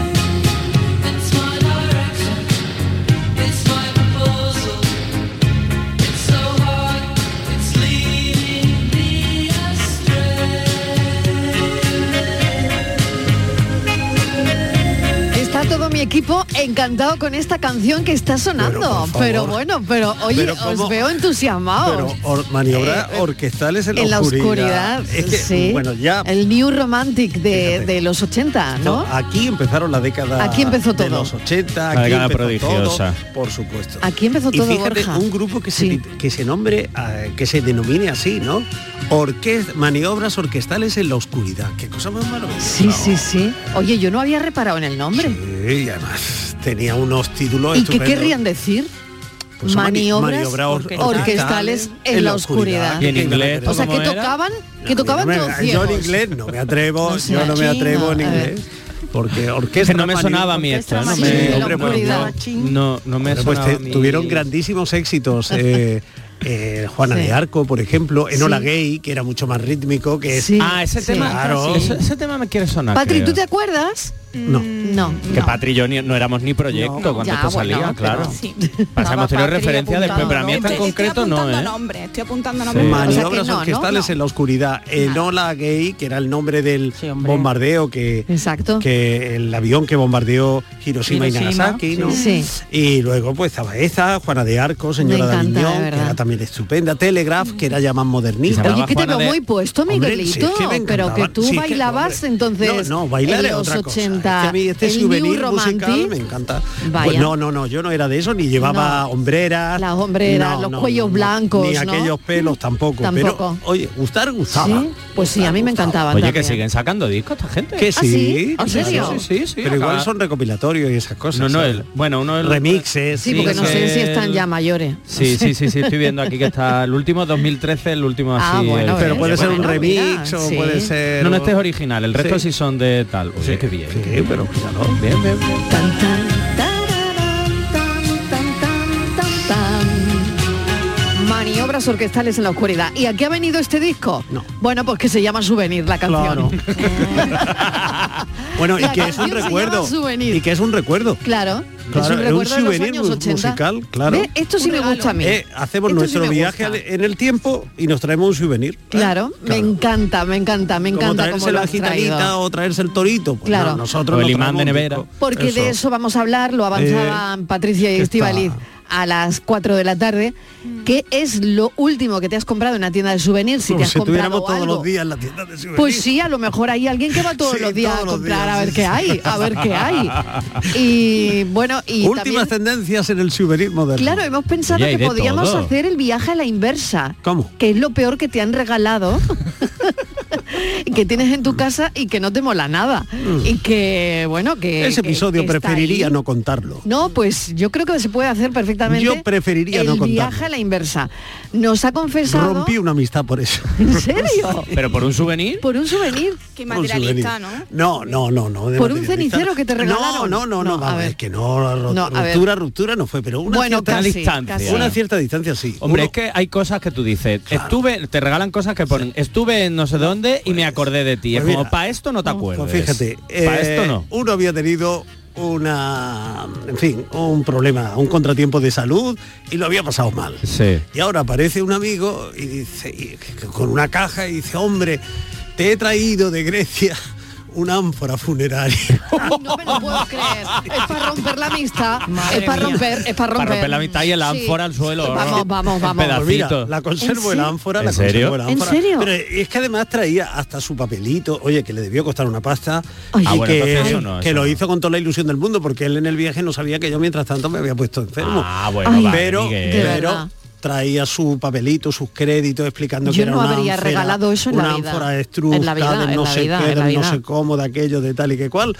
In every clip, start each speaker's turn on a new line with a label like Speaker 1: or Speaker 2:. Speaker 1: It's my direction. It's my proposal. It's so hard. It's leading me astray.
Speaker 2: Está todo mi equipo encantado con esta canción que está sonando.
Speaker 3: por favor.
Speaker 2: Pero bueno, pero oye,
Speaker 3: Pero
Speaker 2: os
Speaker 3: cómo-
Speaker 2: veo entusiados.
Speaker 3: Pero or-
Speaker 2: Eh,
Speaker 3: maniobras orquestales en, la oscuridad. Es que,
Speaker 2: sí.
Speaker 3: bueno, ya
Speaker 2: El New Romantic de, de los 80, ¿no?
Speaker 3: aquí empezaron la década
Speaker 2: Aquí empezó
Speaker 3: de
Speaker 2: todo.
Speaker 3: los 80,
Speaker 4: La
Speaker 3: aquí
Speaker 4: década
Speaker 3: empezó
Speaker 4: prodigiosa.
Speaker 3: todo, por supuesto.
Speaker 2: Aquí empezó todo,
Speaker 3: y fíjate,
Speaker 2: Borja.
Speaker 3: un grupo que se, lit- que se nombre, eh, que se denomine así, ¿no? Orquest, maniobras orquestales en la oscuridad. Qué cosa más maravillosa.
Speaker 2: Sí, sí, sí. Oye, yo no había reparado en el nombre.
Speaker 3: Y además tenía unos títulos
Speaker 2: ¿Y qué
Speaker 3: estupendos.
Speaker 2: querrían decir?
Speaker 3: Pues son mani-
Speaker 2: maniobras,
Speaker 3: maniobras or-
Speaker 2: orquestales en la oscuridad.
Speaker 3: ¿Y en inglés,
Speaker 2: O sea,
Speaker 3: cómo
Speaker 2: que
Speaker 3: era?
Speaker 2: tocaban, que tocaban
Speaker 3: Hombre,
Speaker 2: todos
Speaker 3: yo en
Speaker 2: ciegos.
Speaker 3: inglés no me atrevo,
Speaker 2: No sé,
Speaker 3: yo no me
Speaker 2: chino,
Speaker 3: atrevo en
Speaker 2: a ver.
Speaker 3: inglés. Porque orquesta
Speaker 4: no me sonaba a mí
Speaker 3: orquesta
Speaker 4: esto, no
Speaker 3: maní-
Speaker 4: me-
Speaker 3: Sí,
Speaker 4: la
Speaker 3: hombre, pues,
Speaker 4: oscuridad. No, no me
Speaker 3: Hombre, pues,
Speaker 4: sonaba
Speaker 3: te-
Speaker 4: a mí.
Speaker 3: tuvieron grandísimos éxitos. eh, eh, Juana
Speaker 4: Sí.
Speaker 3: de Arco, por ejemplo, Enola
Speaker 4: Sí.
Speaker 3: Gay, que era mucho más rítmico que es.
Speaker 4: Sí. Ah, ese tema-
Speaker 3: Claro.
Speaker 4: ese- ese tema me quiere sonar.
Speaker 2: Patrick,
Speaker 4: creo.
Speaker 2: ¿tú te acuerdas?
Speaker 3: No.
Speaker 2: No.
Speaker 4: Que Patri y yo ni- no éramos ni proyecto cuando
Speaker 2: Ya,
Speaker 4: esto
Speaker 2: bueno,
Speaker 4: salía,
Speaker 2: pero
Speaker 4: claro.
Speaker 2: sí.
Speaker 4: Pasa, hemos tenido
Speaker 5: Patri
Speaker 4: referencia después,
Speaker 5: apuntado
Speaker 4: pero a mí es tan
Speaker 5: nombre.
Speaker 4: concreto
Speaker 5: estoy
Speaker 4: no,
Speaker 5: apuntando
Speaker 4: ¿eh?
Speaker 5: nombre, estoy apuntando
Speaker 3: Sí.
Speaker 5: nombre.
Speaker 3: Maniobras orquestales en la oscuridad. Enola Gay, que era el nombre del bombardeo que, que el avión que bombardeó Hiroshima, y
Speaker 2: Hiroshima,
Speaker 3: Nagasaki, ¿no?
Speaker 2: sí.
Speaker 3: Y luego pues estaba esa, Juana de Arco, señora
Speaker 2: Me encanta, la
Speaker 3: de Aviñón, que
Speaker 2: verdad.
Speaker 3: era también estupenda, Telegraph, que era ya más modernista.
Speaker 2: Oye, que te veo muy puesto,
Speaker 3: Hombre, sí,
Speaker 2: Miguelito,
Speaker 3: es que me
Speaker 2: pero que
Speaker 3: encantaban.
Speaker 2: tú
Speaker 3: Sí, es que-
Speaker 2: bailabas entonces
Speaker 3: no, no, bailar
Speaker 2: en
Speaker 3: es
Speaker 2: los
Speaker 3: otra cosa.
Speaker 2: 80.
Speaker 3: Es que a mí este
Speaker 2: el New
Speaker 3: souvenir
Speaker 2: Romantic,
Speaker 3: musical me encanta.
Speaker 2: Vaya.
Speaker 3: Pues no, no, no, yo no era de eso, ni llevaba
Speaker 2: No.
Speaker 3: hombreras.
Speaker 2: las hombreras,
Speaker 3: no,
Speaker 2: los
Speaker 3: no,
Speaker 2: cuellos
Speaker 3: no,
Speaker 2: blancos,
Speaker 3: Ni
Speaker 2: ¿no?
Speaker 3: aquellos pelos tampoco.
Speaker 2: Tampoco.
Speaker 3: Pero, oye, gustar gustaba.
Speaker 2: Sí, pues sí, a mí me encantaban
Speaker 4: Oye, que
Speaker 2: también.
Speaker 4: siguen sacando discos esta gente.
Speaker 3: Que
Speaker 2: ¿Ah,
Speaker 3: sí,
Speaker 4: ¿En
Speaker 3: claro.
Speaker 4: serio?
Speaker 3: Pero igual son recopilatorios y esas cosas.
Speaker 4: No, no,
Speaker 3: ¿sabes?
Speaker 4: el- bueno, uno de los-
Speaker 3: remixes.
Speaker 2: Sí, porque no sé si están ya mayores.
Speaker 4: Sí, sí, sí, sí, estoy viendo aquí que está el último 2013, el último así.
Speaker 2: Ah, bueno,
Speaker 4: el-
Speaker 2: Pero ¿ves? puede ser un Bueno, remix mira, o sí. puede ser-
Speaker 4: No, no, este es original, el resto sí, son de tal. Oye, qué bien. Sí,
Speaker 3: pero
Speaker 4: Bien, bien, bien.
Speaker 2: Tan. Maniobras orquestales en la oscuridad. ¿Y a qué ha venido este disco? Bueno, pues que se llama Souvenir la canción.
Speaker 3: Bueno, y
Speaker 2: La
Speaker 3: que es un
Speaker 2: canción se
Speaker 3: recuerdo.
Speaker 2: llama Souvenir.
Speaker 3: Y que es un recuerdo.
Speaker 2: Claro.
Speaker 3: Claro, es un
Speaker 2: recuerdo de los
Speaker 3: souvenir
Speaker 2: años
Speaker 3: mu-
Speaker 2: 80.
Speaker 3: musical, claro.
Speaker 2: ¿Ve? ¿Eh? Esto sí me gusta a mí.
Speaker 3: Eh, hacemos
Speaker 2: Esto sí
Speaker 3: nuestro
Speaker 2: me
Speaker 3: viaje
Speaker 2: gusta.
Speaker 3: al- en el tiempo y nos traemos un souvenir.
Speaker 2: Claro, me encanta, me encanta, me
Speaker 3: eh, Como
Speaker 2: encanta como
Speaker 3: traerse
Speaker 2: lo
Speaker 3: la
Speaker 2: has traído.
Speaker 3: gitanita o traerse el torito. Pues
Speaker 2: Claro.
Speaker 3: no, nosotros
Speaker 4: O el
Speaker 3: nos
Speaker 4: imán
Speaker 3: traemos
Speaker 4: de
Speaker 3: un
Speaker 4: nevera.
Speaker 3: disco.
Speaker 2: Porque de eso vamos a hablar, lo avanzaban Patricia y
Speaker 3: que Eh, está-
Speaker 2: Estivaliz a las 4 de la tarde. ¿Qué es lo último que te has comprado en una tienda de souvenirs? Si
Speaker 3: Como
Speaker 2: te has
Speaker 3: si
Speaker 2: comprado
Speaker 3: tuviéramos todos
Speaker 2: algo.
Speaker 3: los días en la tienda de souvenirs.
Speaker 2: Pues sí, a lo mejor hay alguien que va todos
Speaker 3: Sí,
Speaker 2: los días
Speaker 3: todos
Speaker 2: a
Speaker 3: los
Speaker 2: comprar
Speaker 3: días,
Speaker 2: a ver
Speaker 3: sí,
Speaker 2: qué
Speaker 3: sí.
Speaker 2: hay, a ver qué hay. Y bueno, y
Speaker 3: Últimas tendencias en el souvenir
Speaker 2: también,
Speaker 3: moderno.
Speaker 2: claro, hemos pensado
Speaker 3: Oye, hay
Speaker 2: que
Speaker 3: de
Speaker 2: podíamos
Speaker 3: todo.
Speaker 2: hacer el viaje a la inversa.
Speaker 3: ¿Cómo?
Speaker 2: Que es lo peor que te han regalado, que tienes en tu casa y que no te mola nada. Y que, bueno, que...
Speaker 3: Mm. Ese
Speaker 2: que-
Speaker 3: episodio
Speaker 2: que eh, está
Speaker 3: preferiría
Speaker 2: ahí.
Speaker 3: no contarlo.
Speaker 2: No, pues yo creo que se puede hacer perfectamente.
Speaker 3: Yo preferiría
Speaker 2: el
Speaker 3: no contarlo.
Speaker 2: viaje a la inversa. Nos ha confesado.
Speaker 3: Rompí una amistad por eso.
Speaker 2: ¿En serio?
Speaker 4: Pero por un souvenir.
Speaker 2: Por un souvenir.
Speaker 5: Qué
Speaker 3: Un souvenir. No, no, no, no. de
Speaker 2: Por un
Speaker 3: materialista.
Speaker 2: cenicero que te regalaron.
Speaker 3: No, no, no, no, vamos, es que no, ro-
Speaker 2: No, a ver.
Speaker 3: ruptura, ruptura no fue, pero una
Speaker 2: Bueno,
Speaker 3: cierta
Speaker 2: casi,
Speaker 3: distancia.
Speaker 2: casi.
Speaker 3: Una cierta distancia sí.
Speaker 4: Hombre,
Speaker 3: Uno-
Speaker 4: es que hay cosas que tú dices, estuve, te regalan cosas que ponen, estuve en no sé dónde y me acordé de ti. Es
Speaker 3: pues
Speaker 4: como,
Speaker 3: mira,
Speaker 4: para esto no te acuerdas.
Speaker 3: Pues fíjate,
Speaker 4: para
Speaker 3: eh,
Speaker 4: esto no.
Speaker 3: Uno había tenido una, en fin, un problema, un contratiempo de salud y lo había pasado mal.
Speaker 4: Sí.
Speaker 3: Y ahora aparece un amigo y dice, y- con una caja y dice, hombre, te he traído de Grecia una ánfora funeraria.
Speaker 2: No me lo puedo creer. Es para romper la amistad. es para
Speaker 4: mía.
Speaker 2: romper, es para romper.
Speaker 4: Para romper la amistad y el
Speaker 2: Sí.
Speaker 4: ánfora al suelo.
Speaker 2: Vamos,
Speaker 4: ¿no?
Speaker 2: vamos,
Speaker 4: En
Speaker 2: vamos.
Speaker 4: pedacitos.
Speaker 3: Pues mira, la conservo el ánfora, la
Speaker 4: ¿En serio?
Speaker 3: conservo el ánfora. Pero es que además traía hasta su papelito, oye, que le debió costar una pasta
Speaker 4: Ay.
Speaker 3: y
Speaker 4: Ah, bueno,
Speaker 3: que,
Speaker 4: entonces eso no,
Speaker 3: que
Speaker 4: eso
Speaker 3: lo
Speaker 4: no.
Speaker 3: hizo con toda la ilusión del mundo, porque él en el viaje no sabía que yo mientras tanto me había puesto enfermo.
Speaker 4: Ah, bueno, Ay. vale,
Speaker 3: pero,
Speaker 4: Miguel. De
Speaker 2: verdad.
Speaker 3: pero traía su papelito, sus créditos, explicando
Speaker 2: Yo
Speaker 3: que era
Speaker 2: no
Speaker 3: una
Speaker 2: habría
Speaker 3: ánfora-
Speaker 2: regalado eso en la
Speaker 3: una
Speaker 2: vida.
Speaker 3: ánfora estruzca,
Speaker 2: En la vida,
Speaker 3: de
Speaker 2: en
Speaker 3: no
Speaker 2: la
Speaker 3: sé
Speaker 2: vida,
Speaker 3: qué,
Speaker 2: en la
Speaker 3: de no
Speaker 2: vida.
Speaker 3: sé cómo, de aquello, de tal y que cual.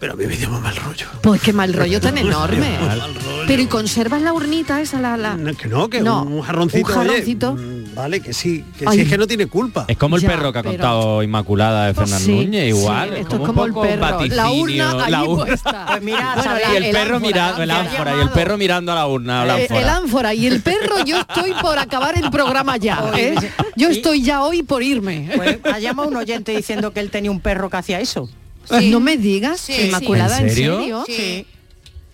Speaker 3: Pero a mí me dio muy mal rollo.
Speaker 2: Pues qué mal rollo tan enorme.
Speaker 3: Mal rollo.
Speaker 2: Pero y conservas la urnita esa, la... la-
Speaker 3: No, que no, que
Speaker 2: No,
Speaker 3: un jarroncito,
Speaker 2: un
Speaker 3: oye,
Speaker 2: jarroncito.
Speaker 3: mm, vale, que sí, que
Speaker 2: Ay.
Speaker 3: sí, es que no tiene culpa.
Speaker 4: Es como el
Speaker 2: Ya,
Speaker 4: perro que ha
Speaker 2: pero-
Speaker 4: contado Inmaculada de Fernández
Speaker 2: Sí,
Speaker 4: Núñez, igual.
Speaker 2: sí,
Speaker 4: es
Speaker 2: esto
Speaker 4: como
Speaker 2: es
Speaker 4: un
Speaker 2: como el
Speaker 4: poco un
Speaker 2: perro. La
Speaker 4: vaticinio,
Speaker 2: urna
Speaker 4: la
Speaker 2: allí
Speaker 4: urna.
Speaker 2: puesta.
Speaker 5: Pues mira,
Speaker 2: Bueno,
Speaker 5: ¿sabéis?
Speaker 4: Y el,
Speaker 2: El
Speaker 4: perro
Speaker 2: ánfora,
Speaker 4: mirando, el
Speaker 2: ya
Speaker 4: ánfora, y el
Speaker 5: llamado.
Speaker 4: perro mirando a la urna, a la
Speaker 2: Eh, El
Speaker 4: ánfora.
Speaker 2: ánfora y el perro, yo estoy por acabar el programa ya.
Speaker 5: Oye,
Speaker 2: ¿eh?
Speaker 5: dice,
Speaker 2: Yo
Speaker 5: y-
Speaker 2: estoy ya hoy por irme.
Speaker 5: Pues ha llamado un oyente diciendo que él tenía un perro que hacía eso.
Speaker 6: Sí.
Speaker 2: No me digas,
Speaker 6: Sí,
Speaker 2: Inmaculada,
Speaker 4: sí.
Speaker 2: ¿en
Speaker 4: ¿En
Speaker 2: serio?
Speaker 4: serio?
Speaker 6: Sí.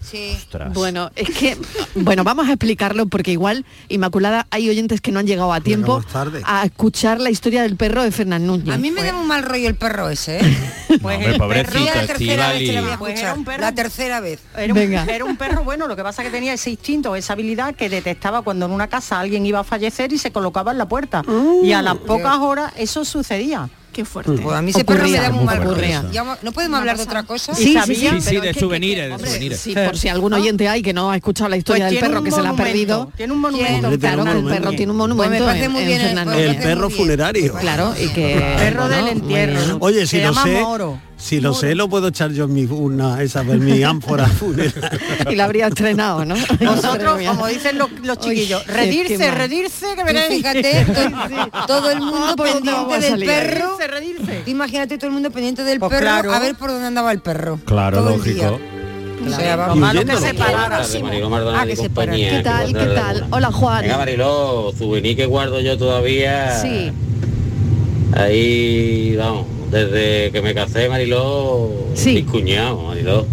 Speaker 6: Sí.
Speaker 4: Ostras.
Speaker 2: Bueno, es que, bueno, vamos a explicarlo porque igual, Inmaculada, hay oyentes que no han llegado a tiempo
Speaker 3: Llegamos tarde.
Speaker 2: a escuchar la historia del perro de Fernández Núñez.
Speaker 6: A mí me da un mal rollo el perro ese, ¿eh?
Speaker 4: No,
Speaker 5: pues
Speaker 4: hombre,
Speaker 5: el
Speaker 4: pobrecito,
Speaker 6: Ya la tercera vez que
Speaker 4: Estivali.
Speaker 6: le voy a
Speaker 5: Pues era
Speaker 6: escuchar.
Speaker 5: un perro.
Speaker 6: La tercera vez.
Speaker 5: Era un,
Speaker 2: Venga.
Speaker 5: era un perro bueno, lo que pasa que tenía ese instinto, esa habilidad que detectaba cuando en una casa alguien iba a fallecer y se colocaba en la puerta.
Speaker 2: Uh.
Speaker 5: y a las pocas horas eso sucedía.
Speaker 7: Qué fuerte.
Speaker 6: Pues a mí ese
Speaker 2: Ocurría,
Speaker 6: perro me da un mal
Speaker 2: ocurría.
Speaker 6: rollo. Ya mo- ¿No podemos hablar de otra cosa?
Speaker 5: Sí,
Speaker 4: Sí,
Speaker 5: sabía,
Speaker 4: sí, sí,
Speaker 5: pero
Speaker 4: de
Speaker 5: es que-
Speaker 4: souvenirs, de
Speaker 5: hombre,
Speaker 4: souvenirs.
Speaker 2: Sí, por si algún oyente hay que no ha escuchado
Speaker 5: ¿Ah?
Speaker 2: la
Speaker 5: Pues
Speaker 2: historia del
Speaker 5: tiene
Speaker 2: perro
Speaker 5: un
Speaker 2: que se la ha
Speaker 5: monumento,
Speaker 2: perdido.
Speaker 5: Tiene un monumento.
Speaker 2: Claro,
Speaker 6: Hombre,
Speaker 3: Tiene
Speaker 2: el
Speaker 3: un
Speaker 2: perro
Speaker 3: monumento.
Speaker 2: tiene un
Speaker 6: Pues
Speaker 2: monumento
Speaker 6: me parece
Speaker 2: en-
Speaker 6: muy
Speaker 2: en
Speaker 6: bien el
Speaker 2: Fernández
Speaker 6: me
Speaker 3: El
Speaker 2: Núñez. Eh,
Speaker 6: parece
Speaker 3: perro
Speaker 6: muy bien.
Speaker 3: funerario.
Speaker 2: Claro, y que...
Speaker 5: Perro
Speaker 2: bueno,
Speaker 5: del
Speaker 2: muy
Speaker 5: entierro.
Speaker 2: bien.
Speaker 3: Oye, si
Speaker 5: Se
Speaker 3: lo
Speaker 5: llama
Speaker 3: sé,
Speaker 5: Moro.
Speaker 3: si lo sé, lo puedo echar yo en mi una, esa, en mi ánfora funeraria.
Speaker 2: Y la habría estrenado, ¿no? Madre
Speaker 5: Vosotros,
Speaker 2: mía.
Speaker 5: como dicen los, los
Speaker 2: Uy,
Speaker 5: chiquillos,
Speaker 2: qué- qué
Speaker 5: redirse,
Speaker 2: mal.
Speaker 5: redirse, que
Speaker 6: Tú
Speaker 5: veréis.
Speaker 6: fíjate, todo, todo el mundo
Speaker 2: ¿por dónde vamos a
Speaker 6: pendiente del
Speaker 2: salir ahí?
Speaker 6: perro.
Speaker 5: Redirse, redirse.
Speaker 6: Tú Imagínate todo el mundo pendiente del
Speaker 5: Pues
Speaker 6: perro
Speaker 5: claro.
Speaker 6: a ver por dónde andaba el perro.
Speaker 4: Claro,
Speaker 6: Todo el
Speaker 4: lógico.
Speaker 6: día. O sea,
Speaker 5: Lo
Speaker 6: vamos.
Speaker 5: malo que
Speaker 3: Huyéndolo.
Speaker 5: se parara.
Speaker 8: Buenas tardes, Mariló Maldonado
Speaker 5: Ah, que
Speaker 8: y
Speaker 5: se paran.
Speaker 8: compañía,
Speaker 2: ¿Qué tal?
Speaker 8: Juan de
Speaker 2: ¿Qué
Speaker 8: la
Speaker 2: tal?
Speaker 8: Laguna.
Speaker 2: Hola, Juan.
Speaker 8: Venga, Mariló, souvenir que guardo yo todavía.
Speaker 2: Sí.
Speaker 8: Ahí, vamos, desde que me casé, Mariló,
Speaker 2: Sí.
Speaker 8: mis cuñados, Mariló.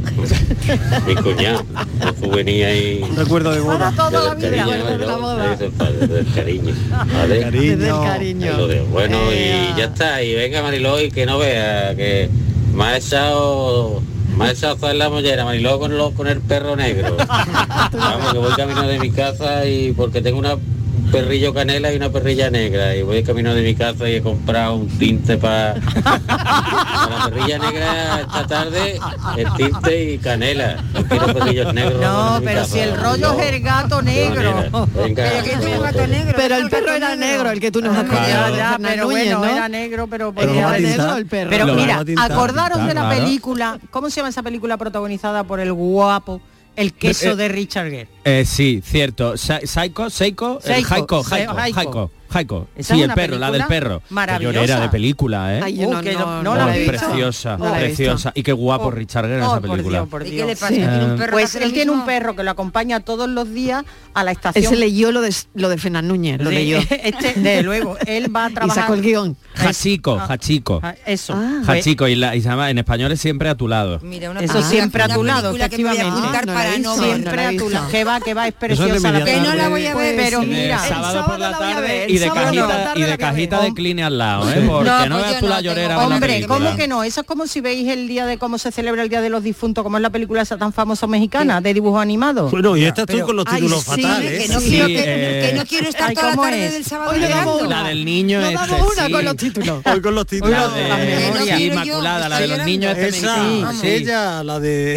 Speaker 8: mis cuñados. Un souvenir ahí.
Speaker 3: Recuerdo de boda.
Speaker 5: Toda la
Speaker 8: Desde el
Speaker 5: vida.
Speaker 8: cariño,
Speaker 2: Recuerdo de la
Speaker 8: Mariló,
Speaker 2: boda.
Speaker 8: desde el padre, desde el cariño. ¿vale?
Speaker 3: Cariño.
Speaker 2: Desde el
Speaker 8: Ahí lo
Speaker 2: cariño.
Speaker 8: dejo. Bueno,
Speaker 2: Ea.
Speaker 5: Eh,
Speaker 8: y ya está. Y venga, Mariló, y que no vea que me ha echado... Me ha echado en la mollera, Mariló, con, lo- con el perro negro. Vamos, que voy camino de mi casa y porque tengo una un perrillo canela y una perrilla negra. Y voy camino de mi casa y he comprado un tinte para la perrilla negra esta tarde, el tinte y canela. No quiero perrillos negros.
Speaker 5: No,
Speaker 8: en mi
Speaker 5: pero
Speaker 8: casa,
Speaker 5: si el rollo
Speaker 8: Mariló.
Speaker 5: es el gato
Speaker 8: Qué
Speaker 5: negro.
Speaker 8: manera. Venga,
Speaker 6: Pero que tú eres gato negro.
Speaker 2: Pero el
Speaker 6: tú eres
Speaker 2: perro
Speaker 6: gato
Speaker 2: era negro, el que tú nos has
Speaker 6: Claro.
Speaker 2: contado.
Speaker 5: Ya,
Speaker 2: de
Speaker 5: ya,
Speaker 2: Fernández
Speaker 5: pero
Speaker 2: Núñez,
Speaker 5: bueno,
Speaker 2: ¿no?
Speaker 5: era negro, pero
Speaker 3: Pero
Speaker 5: podía
Speaker 3: lo va a
Speaker 2: Era
Speaker 5: haber-
Speaker 2: negro
Speaker 3: tintar.
Speaker 2: el perro.
Speaker 5: Pero
Speaker 4: Lo van
Speaker 5: mira,
Speaker 3: a tintar.
Speaker 5: acordaros de la
Speaker 4: Claro.
Speaker 5: película, ¿cómo se llama esa película protagonizada por el guapo, el queso
Speaker 4: Eh,
Speaker 5: de Richard Gere?
Speaker 4: Eh, sí, cierto. Sa- Saiko, Seiko, el
Speaker 5: Seiko,
Speaker 4: Jaiko,
Speaker 5: Se-
Speaker 4: Jaiko,
Speaker 5: Jaiko.
Speaker 4: Jaiko, Jaiko.
Speaker 5: Esa
Speaker 4: Sí,
Speaker 5: es
Speaker 4: el
Speaker 5: una
Speaker 4: perro, la del
Speaker 5: película
Speaker 4: perro. Qué
Speaker 5: maravillosa.
Speaker 4: llorera de película, ¿eh?
Speaker 2: Ay, yo
Speaker 5: Uh,
Speaker 2: no,
Speaker 5: que
Speaker 2: no,
Speaker 5: lo-
Speaker 2: no
Speaker 5: no
Speaker 2: la
Speaker 5: la
Speaker 2: he
Speaker 5: he
Speaker 2: visto.
Speaker 4: preciosa,
Speaker 2: No la he visto.
Speaker 4: preciosa. Y qué guapo
Speaker 5: Oh,
Speaker 4: Richard Gere en
Speaker 5: oh,
Speaker 4: esa
Speaker 5: por
Speaker 4: película. Eh,
Speaker 5: Dios, por
Speaker 6: ¿Y qué
Speaker 5: Dios.
Speaker 6: le pasa?
Speaker 2: Sí.
Speaker 6: ¿Tiene un perro que
Speaker 5: Pues
Speaker 6: hace
Speaker 5: él
Speaker 6: lo
Speaker 5: tiene un
Speaker 6: mismo?
Speaker 5: perro que lo acompaña todos los días a la estación.
Speaker 2: Ese leyó lo de, lo de Fernández Núñez, lo
Speaker 5: Sí,
Speaker 2: leyó.
Speaker 5: este, desde luego, él va a
Speaker 2: Y
Speaker 5: trabajar.
Speaker 2: sacó el guión.
Speaker 4: Hachiko,
Speaker 5: Ah,
Speaker 4: Hachiko.
Speaker 5: ah, Eso.
Speaker 2: Ah.
Speaker 5: Pues,
Speaker 4: Hachiko, y, la, y se llama en español es siempre a tu lado.
Speaker 6: Mira, una
Speaker 5: Eso
Speaker 6: película-
Speaker 5: siempre a tu
Speaker 6: una
Speaker 5: lado,
Speaker 6: película que me voy a
Speaker 5: efectivamente.
Speaker 6: apuntar
Speaker 2: Ah, no la
Speaker 6: para
Speaker 2: he
Speaker 6: no
Speaker 2: visto,
Speaker 6: ver.
Speaker 2: no
Speaker 5: Siempre
Speaker 2: la he
Speaker 5: a tu
Speaker 2: visto.
Speaker 5: lado. Que va, que va, es
Speaker 3: es de
Speaker 5: preciosa la
Speaker 3: media
Speaker 5: película.
Speaker 6: Que no la voy a ver.
Speaker 5: Pero
Speaker 6: Sí.
Speaker 5: mira,
Speaker 4: el sábado, por la
Speaker 2: sábado la voy a
Speaker 4: tarde
Speaker 2: ver,
Speaker 4: y
Speaker 2: el
Speaker 4: de
Speaker 2: sábado
Speaker 5: por la
Speaker 4: cajita,
Speaker 2: tarde
Speaker 4: y de
Speaker 2: la voy a ver.
Speaker 4: cajita de clean al lado, ¿eh?
Speaker 3: Sí.
Speaker 4: Porque
Speaker 6: No,
Speaker 4: no,
Speaker 6: pues
Speaker 4: veas
Speaker 6: yo
Speaker 4: tú
Speaker 6: no
Speaker 4: la
Speaker 6: tengo-
Speaker 4: llorera de la
Speaker 5: Hombre,
Speaker 4: película.
Speaker 5: ¿cómo que no? Eso es como si veis el día de cómo se celebra el Día de los Difuntos, como es la película esa tan famosa mexicana de dibujo animado.
Speaker 3: Bueno, y estás tú con los
Speaker 2: ay,
Speaker 3: títulos
Speaker 2: sí,
Speaker 3: fatales.
Speaker 6: Que no,
Speaker 4: Sí,
Speaker 6: quiero, que,
Speaker 4: eh.
Speaker 6: que no quiero estar
Speaker 5: Ay,
Speaker 6: toda la
Speaker 5: ¿cómo
Speaker 6: tarde
Speaker 5: es?
Speaker 6: del sábado
Speaker 2: Hoy le damos
Speaker 6: llorando.
Speaker 2: una.
Speaker 4: La del niño
Speaker 2: Nos
Speaker 4: este,
Speaker 2: damos una
Speaker 4: sí.
Speaker 2: con los títulos.
Speaker 3: Hoy con los títulos.
Speaker 4: La
Speaker 5: Las memorias.
Speaker 4: de sí,
Speaker 6: Quiero yo,
Speaker 4: Inmaculada, la de
Speaker 6: estoy
Speaker 4: los niños este
Speaker 3: Esa,
Speaker 4: mexicano,
Speaker 3: vamos,
Speaker 4: sí.
Speaker 3: ella, la de...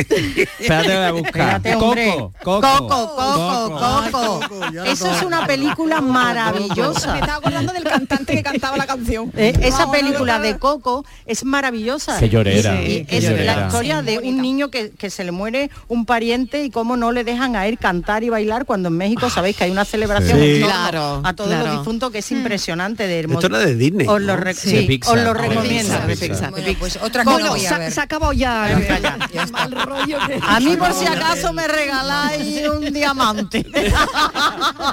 Speaker 4: Espérate, voy a buscar.
Speaker 5: Espérate, hombre.
Speaker 4: Coco, Coco,
Speaker 5: Coco, coco,
Speaker 4: Coco.
Speaker 5: coco.
Speaker 3: Ay, Coco, ya
Speaker 5: Eso
Speaker 3: no.
Speaker 5: es una película
Speaker 7: Me
Speaker 5: maravillosa.
Speaker 7: estaba acordando del cantante que cantaba la canción.
Speaker 5: Eh, esa
Speaker 7: Vamos,
Speaker 5: película
Speaker 7: no,
Speaker 5: de Coco es maravillosa.
Speaker 4: Qué llorera,
Speaker 5: Y- y
Speaker 4: qué
Speaker 5: es la
Speaker 4: llorera.
Speaker 5: historia
Speaker 7: Sí,
Speaker 5: de
Speaker 7: bonita.
Speaker 5: un niño que, que se le muere un pariente y cómo no le dejan a él cantar y bailar cuando en México sabéis que hay una celebración
Speaker 3: Sí.
Speaker 5: en torno
Speaker 2: Claro,
Speaker 5: a todos
Speaker 2: claro.
Speaker 5: los difuntos que es
Speaker 7: Mm.
Speaker 5: impresionante de hermoso.
Speaker 3: Esto era de Disney.
Speaker 5: Os lo,
Speaker 3: ¿no?
Speaker 5: re-
Speaker 2: Sí.
Speaker 5: sí,
Speaker 4: De Pixar.
Speaker 5: os lo
Speaker 4: De
Speaker 5: recomiendo.
Speaker 4: Pixar, de Pixar.
Speaker 6: Bueno, pues otra que no
Speaker 2: Bueno,
Speaker 6: voy a
Speaker 2: se,
Speaker 6: ver.
Speaker 2: se ha acabado ya. el-
Speaker 6: ya está.
Speaker 2: mal rollo que-
Speaker 5: A mí por si acaso me regaláis un diamante.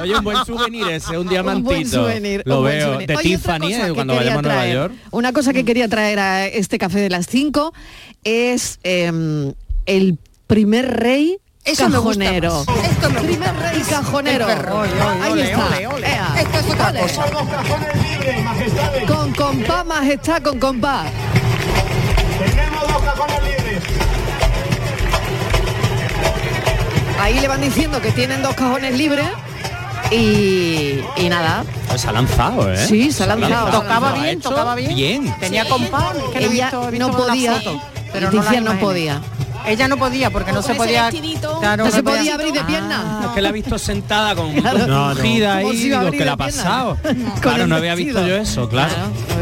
Speaker 4: Oye, un buen souvenir ese, un
Speaker 2: Un
Speaker 4: diamantito.
Speaker 2: buen souvenir,
Speaker 4: Lo
Speaker 2: un buen
Speaker 4: veo.
Speaker 2: souvenir.
Speaker 4: De
Speaker 2: Oye, otra
Speaker 4: Tiffany,
Speaker 2: cosa
Speaker 4: eh,
Speaker 2: que
Speaker 4: cuando
Speaker 2: quería
Speaker 4: vayamos a Nueva
Speaker 2: traer,
Speaker 4: York.
Speaker 2: Una cosa
Speaker 6: Mm.
Speaker 2: que quería traer a este café de las 5 es em, el primer rey
Speaker 6: Eso me gusta
Speaker 2: cajonero.
Speaker 6: más. Esto me gusta
Speaker 2: primer
Speaker 6: más.
Speaker 2: rey cajonero.
Speaker 6: El perro. Ole, ole,
Speaker 2: Ahí
Speaker 5: ole,
Speaker 2: está.
Speaker 5: ole, ole.
Speaker 2: Ea.
Speaker 6: Esto es otra cosa.
Speaker 2: Con compás, majestad, con compás. Ahí le van diciendo que tienen dos cajones libres y, y nada.
Speaker 4: Pues se ha lanzado, ¿eh?
Speaker 2: Sí, se ha lanzado.
Speaker 4: lanzado.
Speaker 5: Tocaba
Speaker 4: Lo ha
Speaker 5: bien,
Speaker 4: hecho
Speaker 5: tocaba bien.
Speaker 4: Bien.
Speaker 5: Tenía compás, es que lo he
Speaker 2: Ella
Speaker 5: visto- he
Speaker 2: no
Speaker 5: visto la
Speaker 2: podía,
Speaker 5: foto,
Speaker 2: pero
Speaker 5: las
Speaker 2: Leticia no,
Speaker 5: imágenes.
Speaker 2: podía.
Speaker 5: Ella no podía porque no
Speaker 2: Con
Speaker 5: se
Speaker 2: ese
Speaker 5: podía.
Speaker 2: vestidito.
Speaker 5: claro,
Speaker 2: No se podía abrir de
Speaker 5: Ah.
Speaker 2: pierna.
Speaker 4: Es que la he visto sentada con
Speaker 2: Claro.
Speaker 4: con gira
Speaker 2: Como
Speaker 4: ahí,
Speaker 2: si iba a
Speaker 4: digo,
Speaker 2: abrir
Speaker 4: que la ha
Speaker 2: la pierna.
Speaker 4: pasado. Claro,
Speaker 2: el
Speaker 4: no había visto yo eso, claro.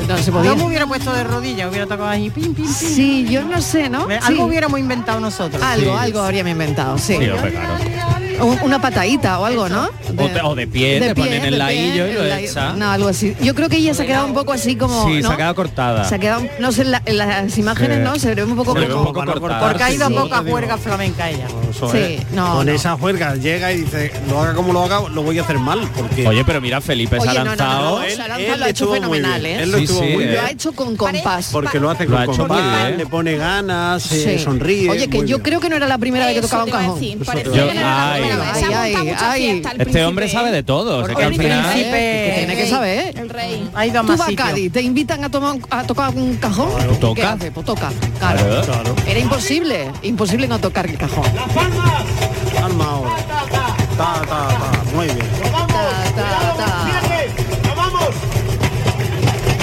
Speaker 2: No se
Speaker 5: Yo me hubiera puesto de rodillas, hubiera tocado ahí, pim, pim, pim. Eh,
Speaker 2: Sí, yo no sé, ¿no?
Speaker 5: Algo
Speaker 2: Sí.
Speaker 5: hubiéramos inventado nosotros.
Speaker 2: Algo, algo habríamos inventado, sí.
Speaker 4: Sí, hombre, claro.
Speaker 2: Un- Una patadita o algo, ¿no?
Speaker 4: O, te- o de pie,
Speaker 2: De
Speaker 4: Eh, te ponen
Speaker 2: pie,
Speaker 4: el
Speaker 2: de
Speaker 4: laillo
Speaker 2: pie,
Speaker 4: y lo
Speaker 2: el laillo.
Speaker 4: echa.
Speaker 2: No, algo así. Yo creo que ella se ha quedado un poco así como.
Speaker 4: sí,
Speaker 2: ¿no?
Speaker 4: se ha quedado cortada.
Speaker 2: Se ha quedado- no sé, en, la- en las imágenes
Speaker 4: Sí.
Speaker 2: no, se ve un poco
Speaker 4: Se ve
Speaker 2: como.
Speaker 4: un poco cortada.
Speaker 5: Porque ha ido a
Speaker 4: Sí.
Speaker 5: poca juerga flamenca ella.
Speaker 3: Eso
Speaker 2: Sí,
Speaker 4: eh.
Speaker 3: es.
Speaker 2: no,
Speaker 3: Pues Con
Speaker 2: no.
Speaker 3: esas juergas llega y dice, lo haga como lo haga, lo voy a hacer mal. Porque
Speaker 4: Oye, pero mira, Felipe se ha
Speaker 2: Oye, no, no, no, no,
Speaker 4: lanzado.
Speaker 2: se ha lanzado,
Speaker 3: él
Speaker 2: lo ha hecho
Speaker 3: estuvo muy
Speaker 2: fenomenal,
Speaker 3: bien.
Speaker 2: ¿eh?
Speaker 3: Él lo
Speaker 4: Sí,
Speaker 3: estuvo
Speaker 4: sí,
Speaker 3: muy
Speaker 4: eh.
Speaker 2: Lo ha
Speaker 3: bien.
Speaker 2: hecho con compás.
Speaker 3: Porque lo hace
Speaker 4: Lo
Speaker 3: con
Speaker 4: ha hecho muy
Speaker 3: compás,
Speaker 4: bien. ¿eh?
Speaker 3: le pone ganas, se
Speaker 2: Sí.
Speaker 3: sonríe.
Speaker 2: Oye, que
Speaker 3: muy
Speaker 2: yo
Speaker 3: bien.
Speaker 2: creo que no era la primera vez que
Speaker 7: Eso
Speaker 2: tocaba
Speaker 7: te
Speaker 2: un
Speaker 7: iba a
Speaker 2: cajón.
Speaker 7: decir,
Speaker 3: Eso
Speaker 7: parecía
Speaker 3: te iba a
Speaker 7: que no era la
Speaker 4: decir.
Speaker 7: primera vez. Se ha
Speaker 2: Ay,
Speaker 7: montado
Speaker 2: ay,
Speaker 7: mucha
Speaker 2: ay.
Speaker 7: fiesta el
Speaker 4: Este hombre
Speaker 7: príncipe,
Speaker 4: sabe de todo. o sea, que al
Speaker 2: Hombre,
Speaker 5: el
Speaker 4: final.
Speaker 2: príncipe,
Speaker 5: príncipe-
Speaker 2: que tiene que saber.
Speaker 7: El rey.
Speaker 5: Ha ido a
Speaker 2: Tú
Speaker 5: más
Speaker 2: vas a
Speaker 5: sitios.
Speaker 2: Cádiz, te invitan a tomar un- a tocar un cajón.
Speaker 4: Toca.
Speaker 2: ¿Qué haces? Pues toca. Claro.
Speaker 4: Claro.
Speaker 3: Claro,
Speaker 2: Era imposible, imposible no tocar el cajón.
Speaker 3: calma ahora. Ta, ta, ta, muy bien.
Speaker 2: Ta, ta, ta.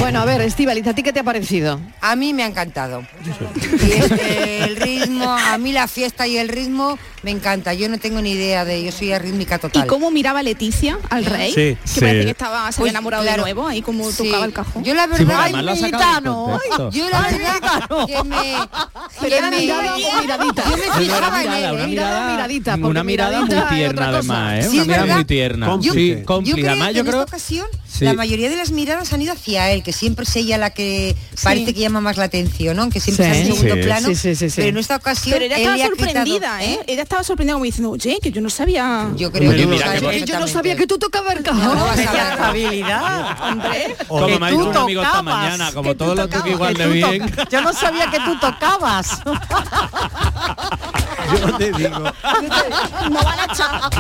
Speaker 2: Bueno, a ver, Estivaliz, ¿a ti qué te ha parecido?
Speaker 6: A mí me ha encantado. Y es que el ritmo, a mí la fiesta y el ritmo me encanta. Yo no tengo ni idea de, yo soy arrítmica
Speaker 7: ¿Y
Speaker 6: total.
Speaker 7: cómo miraba Leticia al rey?
Speaker 3: Sí,
Speaker 7: que
Speaker 4: sí.
Speaker 7: parece que estaba, se había
Speaker 6: Uy,
Speaker 7: enamorado
Speaker 6: Pues, claro.
Speaker 7: de nuevo, ahí como
Speaker 6: Sí.
Speaker 7: tocaba el cajón.
Speaker 6: Yo la
Speaker 4: Sí, porque
Speaker 6: verdad,
Speaker 4: además lo ha sacado del contexto.
Speaker 6: yo la verdad que me, que
Speaker 2: Era
Speaker 6: me-
Speaker 2: mirada o miradita.
Speaker 6: yo me
Speaker 4: Pero no era
Speaker 6: fijaba en
Speaker 4: mirada,
Speaker 6: él,
Speaker 4: una
Speaker 6: ¿eh?
Speaker 2: Mirada, miradita,
Speaker 4: mirada,
Speaker 2: porque
Speaker 4: una mirada
Speaker 2: miradita
Speaker 4: muy
Speaker 2: es
Speaker 4: tierna
Speaker 2: otra cosa.
Speaker 4: además, ¿eh?
Speaker 6: Sí,
Speaker 4: una
Speaker 6: es
Speaker 4: mirada
Speaker 6: verdad.
Speaker 4: muy tierna.
Speaker 3: Cómplice.
Speaker 4: Sí,
Speaker 6: Yo
Speaker 4: cómplice.
Speaker 6: creo
Speaker 4: Además,
Speaker 6: que
Speaker 4: yo
Speaker 6: en
Speaker 4: creo.
Speaker 6: esta ocasión
Speaker 4: Sí.
Speaker 6: la mayoría de las miradas han ido hacia él, que siempre es ella la que parece que llama más la atención, ¿no? Aunque siempre
Speaker 2: Sí.
Speaker 6: está en segundo
Speaker 4: Sí.
Speaker 6: plano.
Speaker 2: Sí, sí, sí, sí.
Speaker 6: Pero en esta ocasión
Speaker 7: Pero ella
Speaker 6: él
Speaker 7: estaba
Speaker 6: le ha quitado-
Speaker 7: sorprendida, ¿eh? Ella estaba sorprendida como diciendo, oye, que yo no sabía.
Speaker 6: Yo creo
Speaker 4: Oye,
Speaker 6: que lo
Speaker 4: mira,
Speaker 6: sabe
Speaker 4: que-
Speaker 2: Oye, yo no sabía que tú tocabas el
Speaker 6: No
Speaker 2: cajón.
Speaker 6: lo vas a
Speaker 5: ¡Qué
Speaker 6: saber.
Speaker 5: habilidad, hombre!
Speaker 4: Como
Speaker 5: Que
Speaker 4: me ha dicho
Speaker 5: tú
Speaker 4: un amigo esta
Speaker 5: tocabas,
Speaker 4: mañana,
Speaker 5: que
Speaker 4: como
Speaker 5: tú
Speaker 4: todo lo
Speaker 5: tocabas,
Speaker 4: toca igual
Speaker 5: que
Speaker 4: de
Speaker 5: tú
Speaker 4: bien.
Speaker 5: toca- Yo no sabía que tú tocabas.
Speaker 3: Yo te digo.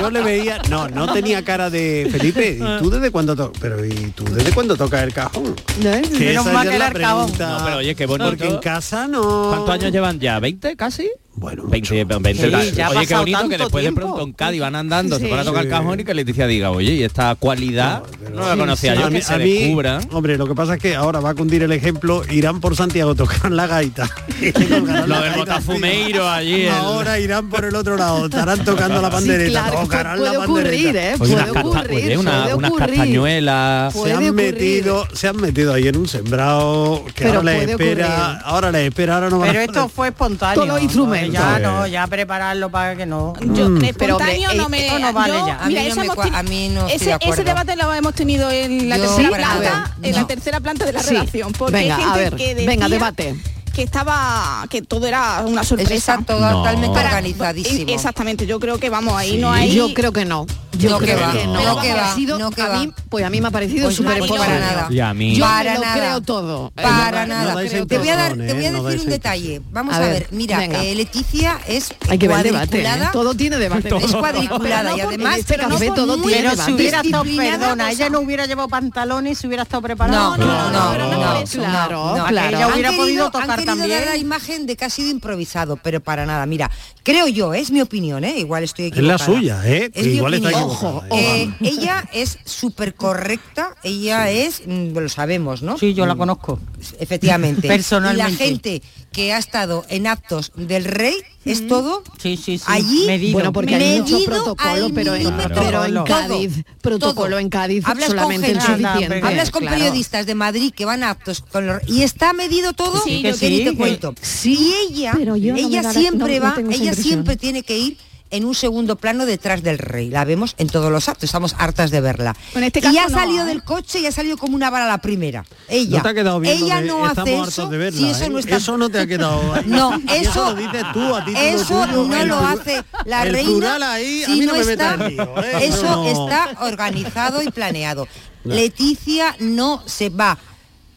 Speaker 3: Yo le veía, no, no tenía cara de Felipe. ¿Y tú desde cuándo tocas? Pero ¿y tú desde cuándo tocas el cajón? Que
Speaker 5: Menos
Speaker 3: esa
Speaker 5: mal
Speaker 3: ya
Speaker 5: que
Speaker 3: es la
Speaker 5: era el cajón.
Speaker 3: pregunta.
Speaker 4: No, pero oye, qué bonito.
Speaker 3: Porque en casa no.
Speaker 4: ¿Cuántos años llevan ya? ¿20 casi?
Speaker 3: Bueno,
Speaker 4: 20, 20
Speaker 5: Sí,
Speaker 4: tal.
Speaker 5: ya ha
Speaker 4: Oye, qué
Speaker 5: pasado
Speaker 4: bonito que
Speaker 5: tanto
Speaker 4: después de
Speaker 5: tiempo.
Speaker 4: pronto en Cádiz van andando,
Speaker 2: Sí.
Speaker 4: se van a tocar el cajón y que Leticia diga, oye, y esta cualidad no, la conocía yo,
Speaker 3: A mí-
Speaker 4: que se
Speaker 3: a mí,
Speaker 4: descubra.
Speaker 3: Hombre, lo que pasa es que ahora va a cundir el ejemplo, irán por Santiago a tocar la gaita. Y colgarán la
Speaker 4: Lo del
Speaker 3: gaita
Speaker 4: botafumeiro allí.
Speaker 3: encima.
Speaker 4: el-
Speaker 3: Ahora irán por el otro lado, estarán tocando la
Speaker 2: Sí,
Speaker 3: pandereta,
Speaker 2: claro, pu-
Speaker 3: tocarán
Speaker 2: puede
Speaker 3: la pandereta.
Speaker 2: ocurrir, ¿eh?
Speaker 4: Oye,
Speaker 2: Puede
Speaker 4: unas casta-
Speaker 2: ocurrir,
Speaker 4: oye, una-
Speaker 2: puede
Speaker 4: unas
Speaker 2: ocurrir.
Speaker 4: castañuelas.
Speaker 2: Puede
Speaker 3: se han
Speaker 2: ocurrir.
Speaker 3: metido, se han metido ahí en un sembrado que
Speaker 2: Pero
Speaker 3: ahora les
Speaker 2: puede
Speaker 3: espera,
Speaker 2: ocurrir.
Speaker 3: ahora les espera, ahora no van a
Speaker 5: Pero esto fue espontáneo.
Speaker 2: Todos los instrumentos. Mm.
Speaker 5: Ya no, ya prepararlo para que no. eh,
Speaker 7: Yo, de
Speaker 2: Pero, hombre,
Speaker 7: espontáneo no me...
Speaker 5: esto no vale
Speaker 7: yo-
Speaker 5: ya. A
Speaker 6: mí
Speaker 7: mira,
Speaker 6: no
Speaker 7: eso
Speaker 6: me
Speaker 7: hemos
Speaker 6: cua-
Speaker 7: teni-
Speaker 6: a mí no estoy de
Speaker 7: ese,
Speaker 6: acuerdo.
Speaker 7: ese debate lo hemos tenido en la
Speaker 6: Yo,
Speaker 7: tercera
Speaker 6: para
Speaker 7: planta,
Speaker 6: nada.
Speaker 7: en
Speaker 6: No.
Speaker 7: la tercera planta de la
Speaker 2: Sí.
Speaker 7: relación. Porque
Speaker 2: Venga,
Speaker 7: hay
Speaker 2: a
Speaker 7: gente
Speaker 2: ver,
Speaker 7: que decía
Speaker 2: venga, debate.
Speaker 7: que estaba, que todo era una
Speaker 6: Eso
Speaker 7: sorpresa.
Speaker 6: está todo
Speaker 4: No.
Speaker 6: totalmente
Speaker 4: Para-
Speaker 6: organizadísimo.
Speaker 7: Exactamente, yo creo que vamos, ahí
Speaker 4: Sí.
Speaker 7: no hay.
Speaker 2: Yo creo que no. Yo
Speaker 6: No, que
Speaker 2: creo
Speaker 6: va,
Speaker 2: que no.
Speaker 6: no, que
Speaker 2: Ha
Speaker 6: va,
Speaker 2: sido-
Speaker 6: no, que
Speaker 2: a mí,
Speaker 6: va.
Speaker 2: pues a mí me ha parecido
Speaker 6: Pues
Speaker 2: súper
Speaker 6: no,
Speaker 2: espontáneo.
Speaker 6: para nada.
Speaker 4: Y a mí.
Speaker 2: Yo
Speaker 6: Para
Speaker 2: me lo
Speaker 6: nada.
Speaker 2: creo todo. Eh,
Speaker 6: Para
Speaker 2: no, no
Speaker 6: nada.
Speaker 3: dais
Speaker 2: creo
Speaker 6: te voy a dar,
Speaker 3: impresión,
Speaker 6: te voy a
Speaker 3: ¿eh? No
Speaker 6: decir
Speaker 3: dais
Speaker 6: un detalle. Vamos
Speaker 2: A
Speaker 6: a
Speaker 2: ver,
Speaker 6: ver, mira,
Speaker 2: venga.
Speaker 6: eh, Leticia es
Speaker 2: Hay que ver el debate. ¿eh?
Speaker 6: cuadriculada.
Speaker 2: Todo tiene debate. ¿eh?
Speaker 6: Es cuadriculada
Speaker 2: Pero
Speaker 6: y
Speaker 2: no,
Speaker 6: además-
Speaker 2: en este
Speaker 6: pero no
Speaker 2: café
Speaker 6: por
Speaker 2: todo
Speaker 6: muy-
Speaker 2: tiene
Speaker 5: Pero
Speaker 2: debate.
Speaker 5: si hubiera estado,
Speaker 6: Disciplinada
Speaker 5: perdona,
Speaker 6: cosa.
Speaker 5: ella no hubiera llevado pantalones si hubiera estado preparada.
Speaker 6: No, no, no, no,
Speaker 2: pero
Speaker 6: no,
Speaker 2: por eso.
Speaker 6: no,
Speaker 2: Claro,
Speaker 6: no.
Speaker 2: claro.
Speaker 5: Ella
Speaker 6: Han
Speaker 5: hubiera podido
Speaker 6: querido- han
Speaker 5: tocar
Speaker 6: querido dar la
Speaker 5: también.
Speaker 6: imagen de que ha sido improvisado, pero para nada. Mira, creo yo, es mi opinión, ¿eh? igual estoy
Speaker 3: Es la
Speaker 6: equivocada.
Speaker 3: suya, ¿eh? Que
Speaker 6: Es mi
Speaker 3: igual está
Speaker 6: opinión.
Speaker 3: equivocada,
Speaker 2: Ojo,
Speaker 3: ¿eh?
Speaker 6: Eh, ella es súper correcta, ella es, mm, lo sabemos, ¿no? Mm.
Speaker 5: Sí, yo la conozco.
Speaker 6: Efectivamente.
Speaker 5: Personalmente.
Speaker 6: Y la gente que ha estado en actos del rey es todo
Speaker 5: Mm. Sí, sí, sí.
Speaker 6: allí
Speaker 5: Medido.
Speaker 2: Bueno, porque hay mucho
Speaker 6: medido
Speaker 2: protocolo,
Speaker 6: al
Speaker 2: pero en,
Speaker 6: milímetro.
Speaker 2: pero en
Speaker 5: Todo,
Speaker 2: Cádiz, protocolo
Speaker 6: todo.
Speaker 2: en Cádiz
Speaker 6: Hablas con
Speaker 2: solamente el
Speaker 6: gente, anda,
Speaker 2: suficiente.
Speaker 5: hombre.
Speaker 6: Hablas con
Speaker 2: Claro.
Speaker 6: periodistas de Madrid que van a actos con los- y está medido todo
Speaker 5: Sí,
Speaker 6: que
Speaker 5: que
Speaker 6: ni
Speaker 5: sí,
Speaker 6: te
Speaker 5: que-
Speaker 6: cuento. y ella,
Speaker 2: Pero yo no me
Speaker 6: ella
Speaker 2: da la-
Speaker 6: siempre
Speaker 2: no- no
Speaker 6: va,
Speaker 2: tengo esa
Speaker 6: ella
Speaker 2: impresión.
Speaker 6: siempre tiene que ir en un segundo plano detrás del rey. La vemos en todos los actos, estamos hartas de verla.
Speaker 7: En este
Speaker 6: y
Speaker 7: caso
Speaker 6: ha
Speaker 7: no,
Speaker 6: salido
Speaker 7: ¿eh?
Speaker 6: del coche y ha salido como una bala a la primera. Ella.
Speaker 3: No te ha quedado bien lo
Speaker 6: ella
Speaker 3: de
Speaker 6: no hace
Speaker 3: estamos
Speaker 6: eso
Speaker 3: hartos de verla,
Speaker 6: si eso
Speaker 3: ¿eh?
Speaker 6: no está
Speaker 3: Eso no te ha quedado ahí.
Speaker 6: no,
Speaker 3: Y
Speaker 6: eso,
Speaker 3: lo dices tú a ti
Speaker 6: eso no lo hace la
Speaker 3: el
Speaker 6: reina.
Speaker 3: plural ahí, a
Speaker 6: si
Speaker 3: mí no, me
Speaker 6: está,
Speaker 3: metas en lío, ¿eh?
Speaker 6: Eso
Speaker 3: No.
Speaker 6: está organizado y planeado. Leticia no se va.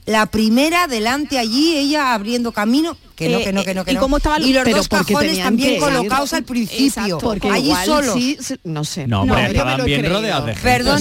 Speaker 6: La primera delante allí, ella abriendo camino. que no,
Speaker 9: Eh,
Speaker 6: que no, que no, que
Speaker 9: ¿y
Speaker 6: no.
Speaker 9: cómo estaban los-
Speaker 6: y los
Speaker 9: pero
Speaker 6: dos
Speaker 9: porque
Speaker 6: cajones
Speaker 9: tenían
Speaker 6: también
Speaker 9: que-
Speaker 6: colocados al principio,
Speaker 9: Exacto, porque
Speaker 6: allí
Speaker 9: igual
Speaker 6: solos.
Speaker 9: sí
Speaker 7: se- no sé.
Speaker 4: No,
Speaker 6: No,
Speaker 4: hombre,
Speaker 6: yo me lo
Speaker 4: estaban
Speaker 6: he
Speaker 4: bien
Speaker 6: creído.
Speaker 4: rodeados de gente.
Speaker 6: Perdona,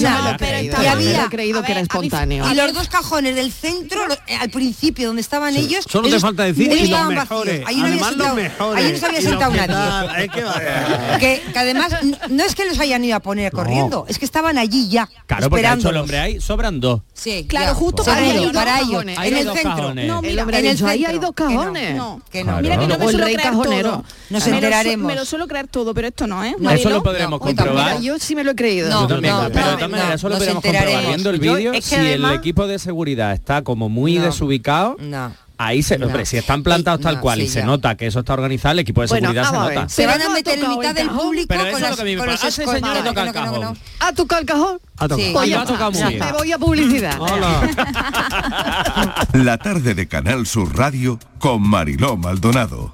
Speaker 6: y
Speaker 7: Yo
Speaker 6: había
Speaker 7: he creído que era espontáneo.
Speaker 6: y los dos cajones del centro, lo- eh, al principio, donde estaban ellos,
Speaker 3: Solo te
Speaker 6: ellos-
Speaker 3: falta decir,
Speaker 6: ellos
Speaker 3: y los
Speaker 6: estaban vacíos.
Speaker 3: mejores.
Speaker 6: Ahí no había
Speaker 3: Además, los
Speaker 6: sentado-
Speaker 3: mejores.
Speaker 6: ahí no se había
Speaker 3: Y los
Speaker 6: sentado
Speaker 3: que
Speaker 6: nadie.
Speaker 3: tal, es que ¿eh? va-
Speaker 6: Que, que además n- no es que los hayan ido a poner corriendo, es que estaban allí ya.
Speaker 4: Claro, porque ha hecho el
Speaker 6: esperándolos.
Speaker 4: hombre ahí, sobran dos.
Speaker 6: Sí,
Speaker 9: Claro, justo para
Speaker 6: Seguro,
Speaker 9: ellos,
Speaker 6: para
Speaker 9: ¿no?
Speaker 6: ellos,
Speaker 9: Cajones.
Speaker 4: Ahí
Speaker 6: en
Speaker 4: hay
Speaker 6: el
Speaker 4: dos
Speaker 6: centro.
Speaker 4: cajones.
Speaker 9: No,
Speaker 7: El
Speaker 9: mira,
Speaker 7: hombre ha
Speaker 6: en el
Speaker 7: dicho, ahí hay
Speaker 6: centro.
Speaker 7: dos cajones.
Speaker 9: no.
Speaker 6: Que no.
Speaker 4: Claro.
Speaker 9: Mira que
Speaker 4: O
Speaker 9: no me
Speaker 7: el
Speaker 9: suelo
Speaker 7: rey
Speaker 9: creer
Speaker 7: cajonero.
Speaker 9: todo.
Speaker 6: Nos
Speaker 9: Me lo su-
Speaker 6: enteraremos.
Speaker 9: Me lo suelo creer todo, pero esto no, ¿eh?
Speaker 6: No,
Speaker 4: Eso
Speaker 9: Marilo?
Speaker 4: lo podremos
Speaker 6: No,
Speaker 4: comprobar.
Speaker 6: tampoco.
Speaker 7: Yo sí me lo he creído.
Speaker 6: No,
Speaker 4: Yo también,
Speaker 6: no,
Speaker 4: pero de todas
Speaker 6: no,
Speaker 4: maneras
Speaker 6: no,
Speaker 4: solo
Speaker 6: nos
Speaker 4: podríamos comprobar
Speaker 6: enteraremos.
Speaker 4: viendo el
Speaker 10: Yo-
Speaker 4: vídeo
Speaker 10: es que
Speaker 4: si
Speaker 10: además-
Speaker 4: el equipo de seguridad está como muy
Speaker 6: No.
Speaker 4: desubicado.
Speaker 6: No.
Speaker 4: Ahí se,
Speaker 6: No.
Speaker 4: hombre, si están plantados
Speaker 6: Sí,
Speaker 4: tal
Speaker 6: no,
Speaker 4: cual y
Speaker 6: sí,
Speaker 4: se
Speaker 6: ya.
Speaker 4: nota que eso está organizado, el equipo de
Speaker 7: Bueno,
Speaker 4: seguridad
Speaker 7: vamos
Speaker 4: se
Speaker 7: a
Speaker 4: nota.
Speaker 6: Se
Speaker 7: Pero
Speaker 6: van a
Speaker 7: no ha
Speaker 6: meter en
Speaker 7: tocado
Speaker 6: mitad
Speaker 7: el
Speaker 6: del
Speaker 7: cajón.
Speaker 6: público
Speaker 4: Pero eso
Speaker 6: con,
Speaker 4: es lo
Speaker 6: las,
Speaker 4: que a mí me
Speaker 6: con los
Speaker 4: parece. Ah, ese
Speaker 6: escoltas.
Speaker 4: señor ha
Speaker 6: Que no,
Speaker 4: tocado
Speaker 6: que no,
Speaker 4: el
Speaker 6: que no, Ah,
Speaker 4: cajón.
Speaker 6: que
Speaker 7: ¿Ha tocado el cajón?
Speaker 3: Ha tocado.
Speaker 6: Sí.
Speaker 7: Pues
Speaker 4: Ahí
Speaker 7: ya
Speaker 4: va a
Speaker 7: está.
Speaker 4: tocar muy bien.
Speaker 7: Me voy a publicidad.
Speaker 11: La tarde de Canal Sur Radio con Mariló Maldonado.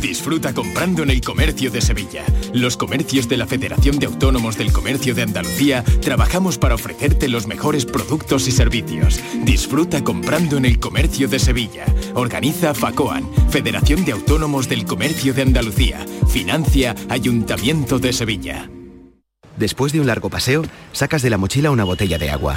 Speaker 12: Disfruta comprando en el comercio de Sevilla. Los comercios de la Federación de Autónomos del Comercio de Andalucía trabajamos para ofrecerte los mejores productos y servicios. Disfruta comprando en el comercio de Sevilla. Organiza FACOAN, Federación de Autónomos del Comercio de Andalucía. Financia Ayuntamiento de Sevilla.
Speaker 13: Después de un largo paseo, sacas de la mochila una botella de agua.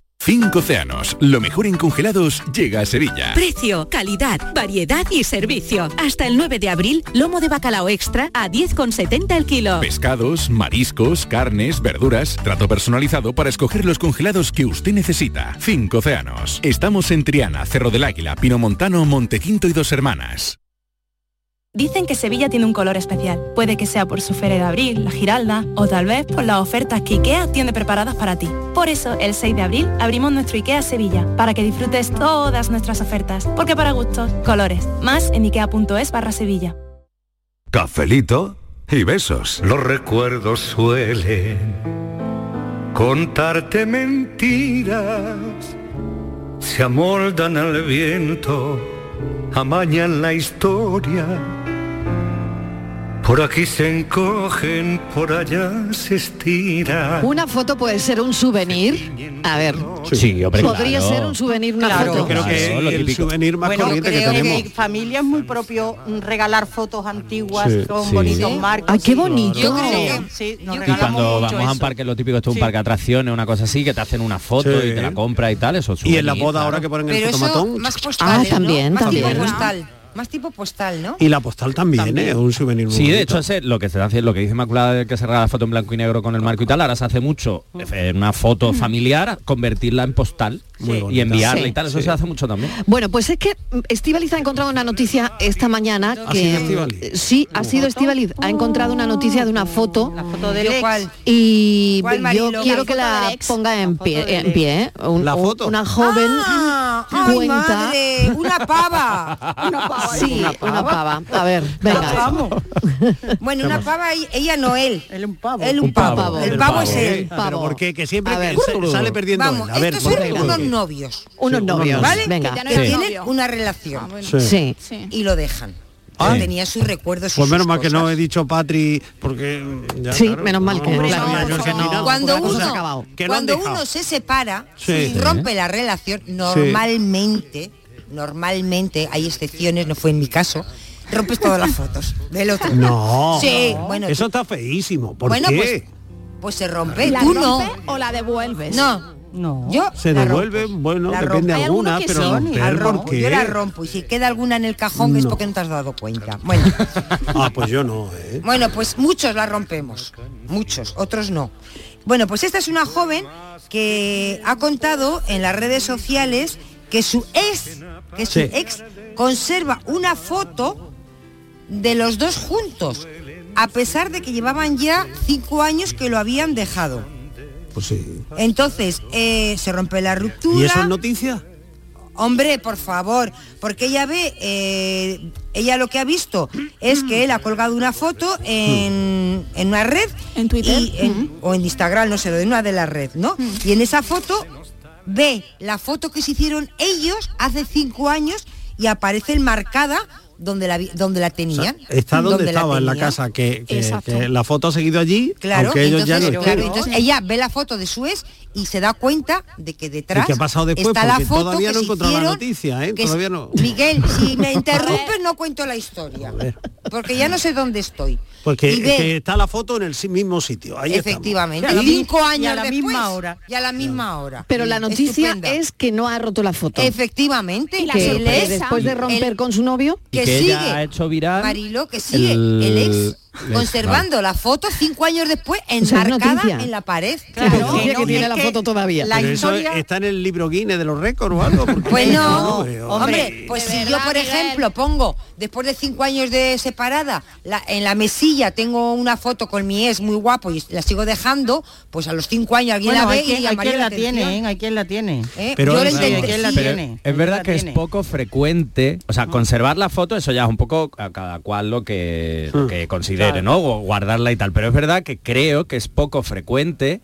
Speaker 14: Cinco océanos, lo mejor en congelados llega a Sevilla.
Speaker 15: Precio, calidad, variedad y servicio. Hasta el 9 de abril, lomo de bacalao extra a 10,70 el kilo.
Speaker 14: Pescados, mariscos, carnes, verduras, trato personalizado para escoger los congelados que usted necesita. Cinco océanos. Estamos en Triana, Cerro del Águila, Pinomontano, Montequinto y Dos Hermanas.
Speaker 16: Dicen que Sevilla tiene un color especial. Puede que sea por su Feria de Abril, la Giralda o tal vez por las ofertas que IKEA tiene preparadas para ti. Por eso, el 6 de abril abrimos nuestro IKEA Sevilla para que disfrutes todas nuestras ofertas. Porque para gustos, colores. Más en ikea.es barra Sevilla.
Speaker 17: Cafelito y besos. Los recuerdos suelen contarte mentiras. Se amoldan al viento, amañan la historia. Por aquí se encogen, por allá se estiran.
Speaker 7: Una foto puede ser un souvenir. A ver.
Speaker 4: Sí, hombre,
Speaker 7: Podría
Speaker 4: claro.
Speaker 7: ser un souvenir, una
Speaker 4: Claro,
Speaker 7: foto.
Speaker 4: yo creo que
Speaker 3: Claro, lo
Speaker 4: el
Speaker 3: típico. souvenir más
Speaker 10: Bueno,
Speaker 3: corriente que
Speaker 10: creo que,
Speaker 3: tenemos.
Speaker 10: en familia es muy propio mm, regalar fotos antiguas
Speaker 4: Sí,
Speaker 10: con
Speaker 4: sí.
Speaker 10: bonitos
Speaker 4: Sí.
Speaker 10: marcos.
Speaker 6: Ah,
Speaker 7: Ay, qué
Speaker 10: sí.
Speaker 7: bonito.
Speaker 10: Yo creo que sí, nos
Speaker 4: Y
Speaker 10: regalamos
Speaker 4: cuando
Speaker 10: mucho
Speaker 4: vamos a un
Speaker 10: eso.
Speaker 4: parque, lo típico, esto es un parque de atracciones, una cosa así, que te hacen una foto
Speaker 3: Sí.
Speaker 4: y te la compra y tal, eso es
Speaker 3: Y en la
Speaker 4: souvenir,
Speaker 3: boda
Speaker 4: claro.
Speaker 3: ahora que ponen
Speaker 6: Pero
Speaker 3: el Ah,
Speaker 6: eso
Speaker 3: fotomatón.
Speaker 6: más postales, ¿no?
Speaker 4: también,
Speaker 6: Más
Speaker 4: también.
Speaker 6: tipo postal. Más tipo postal, ¿no?
Speaker 3: Y la postal también, ¿eh? Es un souvenir muy
Speaker 4: Sí, de
Speaker 3: bonito.
Speaker 4: hecho, ese, lo que se hace, lo que dice Inmaculada de que se regala la foto en blanco y negro con el marco y tal, ahora se hace mucho eh, una foto familiar, convertirla en postal. y enviarla
Speaker 2: Sí.
Speaker 4: y tal. Eso se hace mucho también.
Speaker 2: Bueno, pues es que mm, Estíbaliz ha encontrado una noticia esta mañana
Speaker 4: ¿Ha
Speaker 2: que eh,
Speaker 4: sido Estíbaliz?
Speaker 2: sí, ha sido Estíbaliz, ha encontrado una noticia de una foto. La
Speaker 5: foto del ex. ¿Cuál?
Speaker 2: Y
Speaker 5: ¿Cuál,
Speaker 2: yo
Speaker 5: Marilo?
Speaker 2: quiero
Speaker 5: La
Speaker 2: que
Speaker 5: foto
Speaker 2: la
Speaker 5: del ex.
Speaker 2: ponga en pie, en pie, ¿eh? Un-
Speaker 5: ¿La
Speaker 2: un-
Speaker 5: foto?
Speaker 2: una joven
Speaker 6: ¡Ay,
Speaker 2: cuenta
Speaker 6: madre! ¡Una pava!
Speaker 2: Sí, una pava. A ver, venga.
Speaker 6: Bueno, una pava, y- ella no él. Él un pavo. Él un pavo. El pavo, es él.
Speaker 3: Pero ¿por qué? Que siempre
Speaker 6: A
Speaker 3: que
Speaker 6: ver.
Speaker 3: sa- sale perdiendo
Speaker 6: Vamos,
Speaker 3: él. A ver,
Speaker 6: estos
Speaker 3: ¿por
Speaker 6: son
Speaker 3: qué?
Speaker 6: unos
Speaker 3: ¿Por qué?
Speaker 6: novios.
Speaker 2: Unos novios,
Speaker 6: ¿Vale?
Speaker 2: venga.
Speaker 6: Que,
Speaker 2: Sí.
Speaker 6: tienen una relación.
Speaker 3: Sí. Ah, Sí.
Speaker 6: Y lo dejan. Ah,
Speaker 3: Ay.
Speaker 6: Tenía sus recuerdos.
Speaker 3: Pues
Speaker 6: sus
Speaker 3: menos mal que
Speaker 6: cosas.
Speaker 3: no he dicho Patri, porque... ya,
Speaker 2: Sí,
Speaker 3: claro,
Speaker 2: menos mal que-
Speaker 3: no
Speaker 2: Hombre,
Speaker 3: sabía
Speaker 2: no,
Speaker 3: yo
Speaker 2: por
Speaker 3: si ni
Speaker 2: favor.
Speaker 3: nada,
Speaker 6: cuando
Speaker 3: por la cosa.
Speaker 6: uno,
Speaker 3: Que lo han
Speaker 6: cuando
Speaker 3: dejado.
Speaker 6: uno se separa,
Speaker 3: Sí.
Speaker 6: y rompe la relación, normalmente, normalmente, hay excepciones, no fue en mi caso, rompes todas las fotos del otro.
Speaker 3: No,
Speaker 6: Sí, bueno,
Speaker 3: eso
Speaker 6: tú-
Speaker 3: está feísimo. ¿Por
Speaker 6: Bueno,
Speaker 3: qué?
Speaker 6: pues se rompe,
Speaker 7: ¿La
Speaker 6: tú
Speaker 7: rompes
Speaker 6: no.
Speaker 7: o la devuelves?
Speaker 6: No. No. Yo
Speaker 3: se
Speaker 6: la
Speaker 3: devuelve, bueno,
Speaker 6: La
Speaker 3: depende
Speaker 6: rompo. Hay
Speaker 3: alguna,
Speaker 6: algunos que
Speaker 3: pero
Speaker 6: sí,
Speaker 3: romper,
Speaker 6: la
Speaker 3: ¿por
Speaker 6: rompo.
Speaker 3: qué?
Speaker 6: Yo la rompo y si queda alguna en el cajón es porque no te has dado cuenta. Bueno,
Speaker 3: Ah, pues yo no, ¿eh?
Speaker 6: bueno, pues muchos la rompemos, muchos, otros no. Bueno, pues esta es una joven que ha contado en las redes sociales que su ex, que su
Speaker 3: Sí.
Speaker 6: ex conserva una foto de los dos juntos, a pesar de que llevaban ya cinco años que lo habían dejado.
Speaker 3: Pues sí.
Speaker 6: Entonces, eh, se rompe la ruptura.
Speaker 3: ¿Y eso es noticia?
Speaker 6: Hombre, por favor, porque ella ve, eh, ella lo que ha visto es que él ha colgado una foto en, en una red. ¿En Twitter? O en Instagram, no sé, lo de una de las red, ¿no? Y en esa foto ve la foto que se hicieron ellos hace cinco años y aparece el marcada donde la, vi- donde la tenían.
Speaker 3: Está donde, estaba, en la
Speaker 6: tenían.
Speaker 3: casa, que, que-
Speaker 6: Exacto.
Speaker 3: que la foto ha seguido allí,
Speaker 6: Claro,
Speaker 3: aunque ellos ya no
Speaker 6: entonces, claro,
Speaker 3: estén.
Speaker 6: entonces ella ve la foto de su ex y se da cuenta de que detrás
Speaker 3: ¿Y qué ha pasado después?
Speaker 6: está la
Speaker 3: Porque
Speaker 6: foto
Speaker 3: todavía
Speaker 6: que
Speaker 3: no he
Speaker 6: se
Speaker 3: encontrado la
Speaker 6: hicieron,
Speaker 3: noticia, ¿eh?
Speaker 6: que es-
Speaker 3: Todavía no.
Speaker 6: Miguel, si me interrumpes no cuento la historia, porque ya no sé dónde estoy.
Speaker 3: Porque
Speaker 6: Y ve-
Speaker 3: que está la foto en el si- mismo sitio. Ahí estamos.
Speaker 6: efectivamente,
Speaker 3: Y-
Speaker 6: cinco años
Speaker 5: y a la
Speaker 6: después,
Speaker 5: misma hora.
Speaker 6: y a la misma hora.
Speaker 2: Pero la noticia
Speaker 6: Estupenda.
Speaker 2: es que no ha roto la foto.
Speaker 6: efectivamente
Speaker 2: Que
Speaker 6: que él es-
Speaker 2: después de
Speaker 6: el-
Speaker 2: romper con su novio,
Speaker 4: Y que, ella ha hecho viral.
Speaker 6: Marilo, que sigue
Speaker 4: el-
Speaker 6: el, ex
Speaker 4: el ex,
Speaker 6: conservando la foto cinco años después
Speaker 2: sea, es
Speaker 6: enmarcada
Speaker 2: noticia.
Speaker 6: en la pared.
Speaker 2: Claro, que que tiene la foto todavía.
Speaker 3: Pero eso está en el libro Guinness de los récords o algo. porque-
Speaker 6: Pues no,
Speaker 3: hombre,
Speaker 6: hombre, pues si yo, por ejemplo, pongo, después de cinco años de separada, la- en la mesilla tengo una foto con mi ex muy guapo y la sigo dejando, pues a los cinco años alguien
Speaker 5: Bueno,
Speaker 6: la ve
Speaker 5: hay quien-
Speaker 6: y
Speaker 5: hay
Speaker 6: llamaría
Speaker 5: quien
Speaker 6: la
Speaker 5: la tiene,
Speaker 6: atención.
Speaker 5: ¿eh? Hay quien la tiene.
Speaker 6: ¿Eh?
Speaker 4: Pero
Speaker 6: Yo lo
Speaker 4: es-
Speaker 6: intenté-
Speaker 5: ¿quién la
Speaker 6: sí.
Speaker 5: tiene?
Speaker 4: Es verdad que es poco frecuente, o sea, conservar la foto, eso ya es un poco a cada cual lo que, lo que considere, ¿no? O guardarla y tal, pero es verdad que creo que es poco frecuente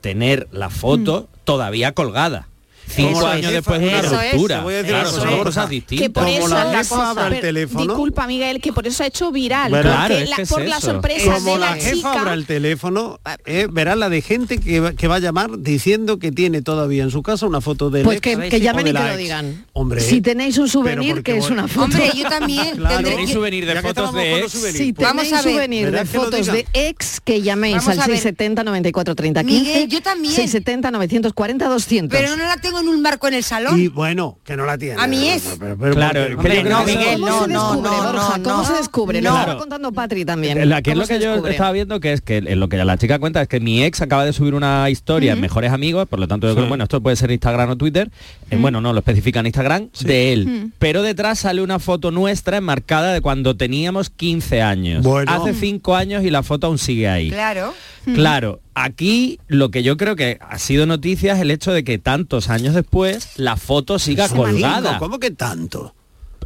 Speaker 4: tener la foto todavía colgada. Cinco
Speaker 3: Eso es,
Speaker 4: años después de una
Speaker 3: eso es.
Speaker 4: ruptura.
Speaker 3: Te voy a decir
Speaker 4: claro,
Speaker 3: una
Speaker 4: son
Speaker 3: cosa.
Speaker 4: cosas
Speaker 3: Que
Speaker 4: distintas.
Speaker 7: Que por eso
Speaker 3: la
Speaker 7: la
Speaker 3: jefa
Speaker 7: cosa-
Speaker 3: abra el
Speaker 7: pero-
Speaker 3: teléfono.
Speaker 7: Disculpa, Miguel, que por eso ha hecho viral.
Speaker 3: Bueno,
Speaker 7: porque
Speaker 3: claro, es
Speaker 7: la-
Speaker 3: que es
Speaker 7: por la
Speaker 3: eso.
Speaker 7: sorpresa
Speaker 3: Como
Speaker 7: de
Speaker 3: la,
Speaker 7: la,
Speaker 3: jefa
Speaker 7: chica.
Speaker 3: abra el teléfono, eh, verás la de gente que va, que va a llamar diciendo que tiene todavía en su casa una foto de
Speaker 2: pues que, que llamen y que lo digan.
Speaker 3: Hombre,
Speaker 2: si tenéis un souvenir,
Speaker 3: porque
Speaker 2: que es
Speaker 3: voy-
Speaker 2: una foto.
Speaker 6: Hombre, yo también
Speaker 3: Claro.
Speaker 6: tendré-
Speaker 3: Tenéis
Speaker 6: yo-
Speaker 3: souvenir de Ya que fotos estábamos de con los ex. souvenirs,
Speaker 2: Si
Speaker 3: pues.
Speaker 2: tenéis
Speaker 6: Vamos a ver.
Speaker 2: souvenir de
Speaker 3: ¿Verdad que lo
Speaker 2: fotos
Speaker 3: digan?
Speaker 2: de ex que llaméis
Speaker 6: Vamos
Speaker 2: al
Speaker 6: a ver.
Speaker 2: 670 94 30 15
Speaker 6: Miguel, yo también.
Speaker 2: 670 940 200
Speaker 6: Pero no la tengo en un marco en el salón.
Speaker 3: Y bueno, que no la tiene.
Speaker 6: A mi ex.
Speaker 3: claro,
Speaker 4: pero yo creo
Speaker 2: no,
Speaker 4: que
Speaker 2: Miguel,
Speaker 4: eso-
Speaker 2: no, no, no, ¿Cómo se descubre? Lo
Speaker 4: No.
Speaker 2: estaba contando Patri también.
Speaker 3: Em,
Speaker 4: La que es
Speaker 2: ¿Cómo
Speaker 4: lo que
Speaker 2: se
Speaker 4: yo
Speaker 2: descubre?
Speaker 4: estaba viendo que es que en lo que la chica cuenta es que mi ex acaba de subir una historia en Mejores Amigos, por lo tanto yo creo, bueno, esto puede ser Instagram o Twitter, eh, bueno, no, lo especifica en Instagram, de él.
Speaker 2: Mm.
Speaker 4: Pero detrás sale una foto nuestra enmarcada de cuando teníamos 15 años.
Speaker 3: Bueno.
Speaker 4: Hace 5 años y la foto aún sigue ahí.
Speaker 6: Claro.
Speaker 4: Claro, aquí lo que yo creo que ha sido noticia es el hecho de que tantos años después la foto siga
Speaker 3: Cinco,
Speaker 4: colgada.
Speaker 3: ¿Cómo que tanto?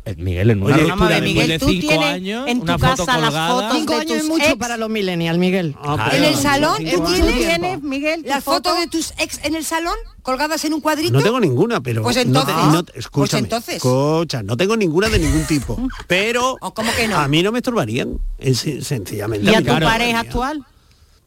Speaker 4: Eh, Miguel, en una
Speaker 3: Oye,
Speaker 4: ruptura
Speaker 3: vamos a ver,
Speaker 4: después de
Speaker 3: Miguel, tú
Speaker 4: 5
Speaker 3: tienes
Speaker 4: años,
Speaker 3: en tu
Speaker 4: una foto
Speaker 3: casa las
Speaker 4: colgada.
Speaker 3: fotos
Speaker 2: Cinco
Speaker 3: de
Speaker 2: años es
Speaker 3: tus
Speaker 2: mucho
Speaker 3: ex.
Speaker 2: para los millennials, Miguel.
Speaker 4: claro.
Speaker 6: En el salón,
Speaker 3: Cinco
Speaker 6: ¿tú
Speaker 3: años.
Speaker 6: tienes,
Speaker 5: ¿Tienes, Miguel,
Speaker 6: las fotos de tus ex en el salón colgadas en un cuadrito?
Speaker 3: No tengo ninguna, pero...
Speaker 6: Pues
Speaker 3: no te-
Speaker 6: entonces.
Speaker 3: no te-
Speaker 6: Pues
Speaker 3: escúchame,
Speaker 6: entonces.
Speaker 3: escucha, no tengo ninguna de ningún tipo. Pero
Speaker 6: que no?
Speaker 3: a mí no me esturbarían, sencillamente.
Speaker 5: ¿Y
Speaker 3: a
Speaker 5: a
Speaker 3: mí
Speaker 5: tu
Speaker 3: no me
Speaker 5: pareja
Speaker 3: estorbaría.
Speaker 5: actual?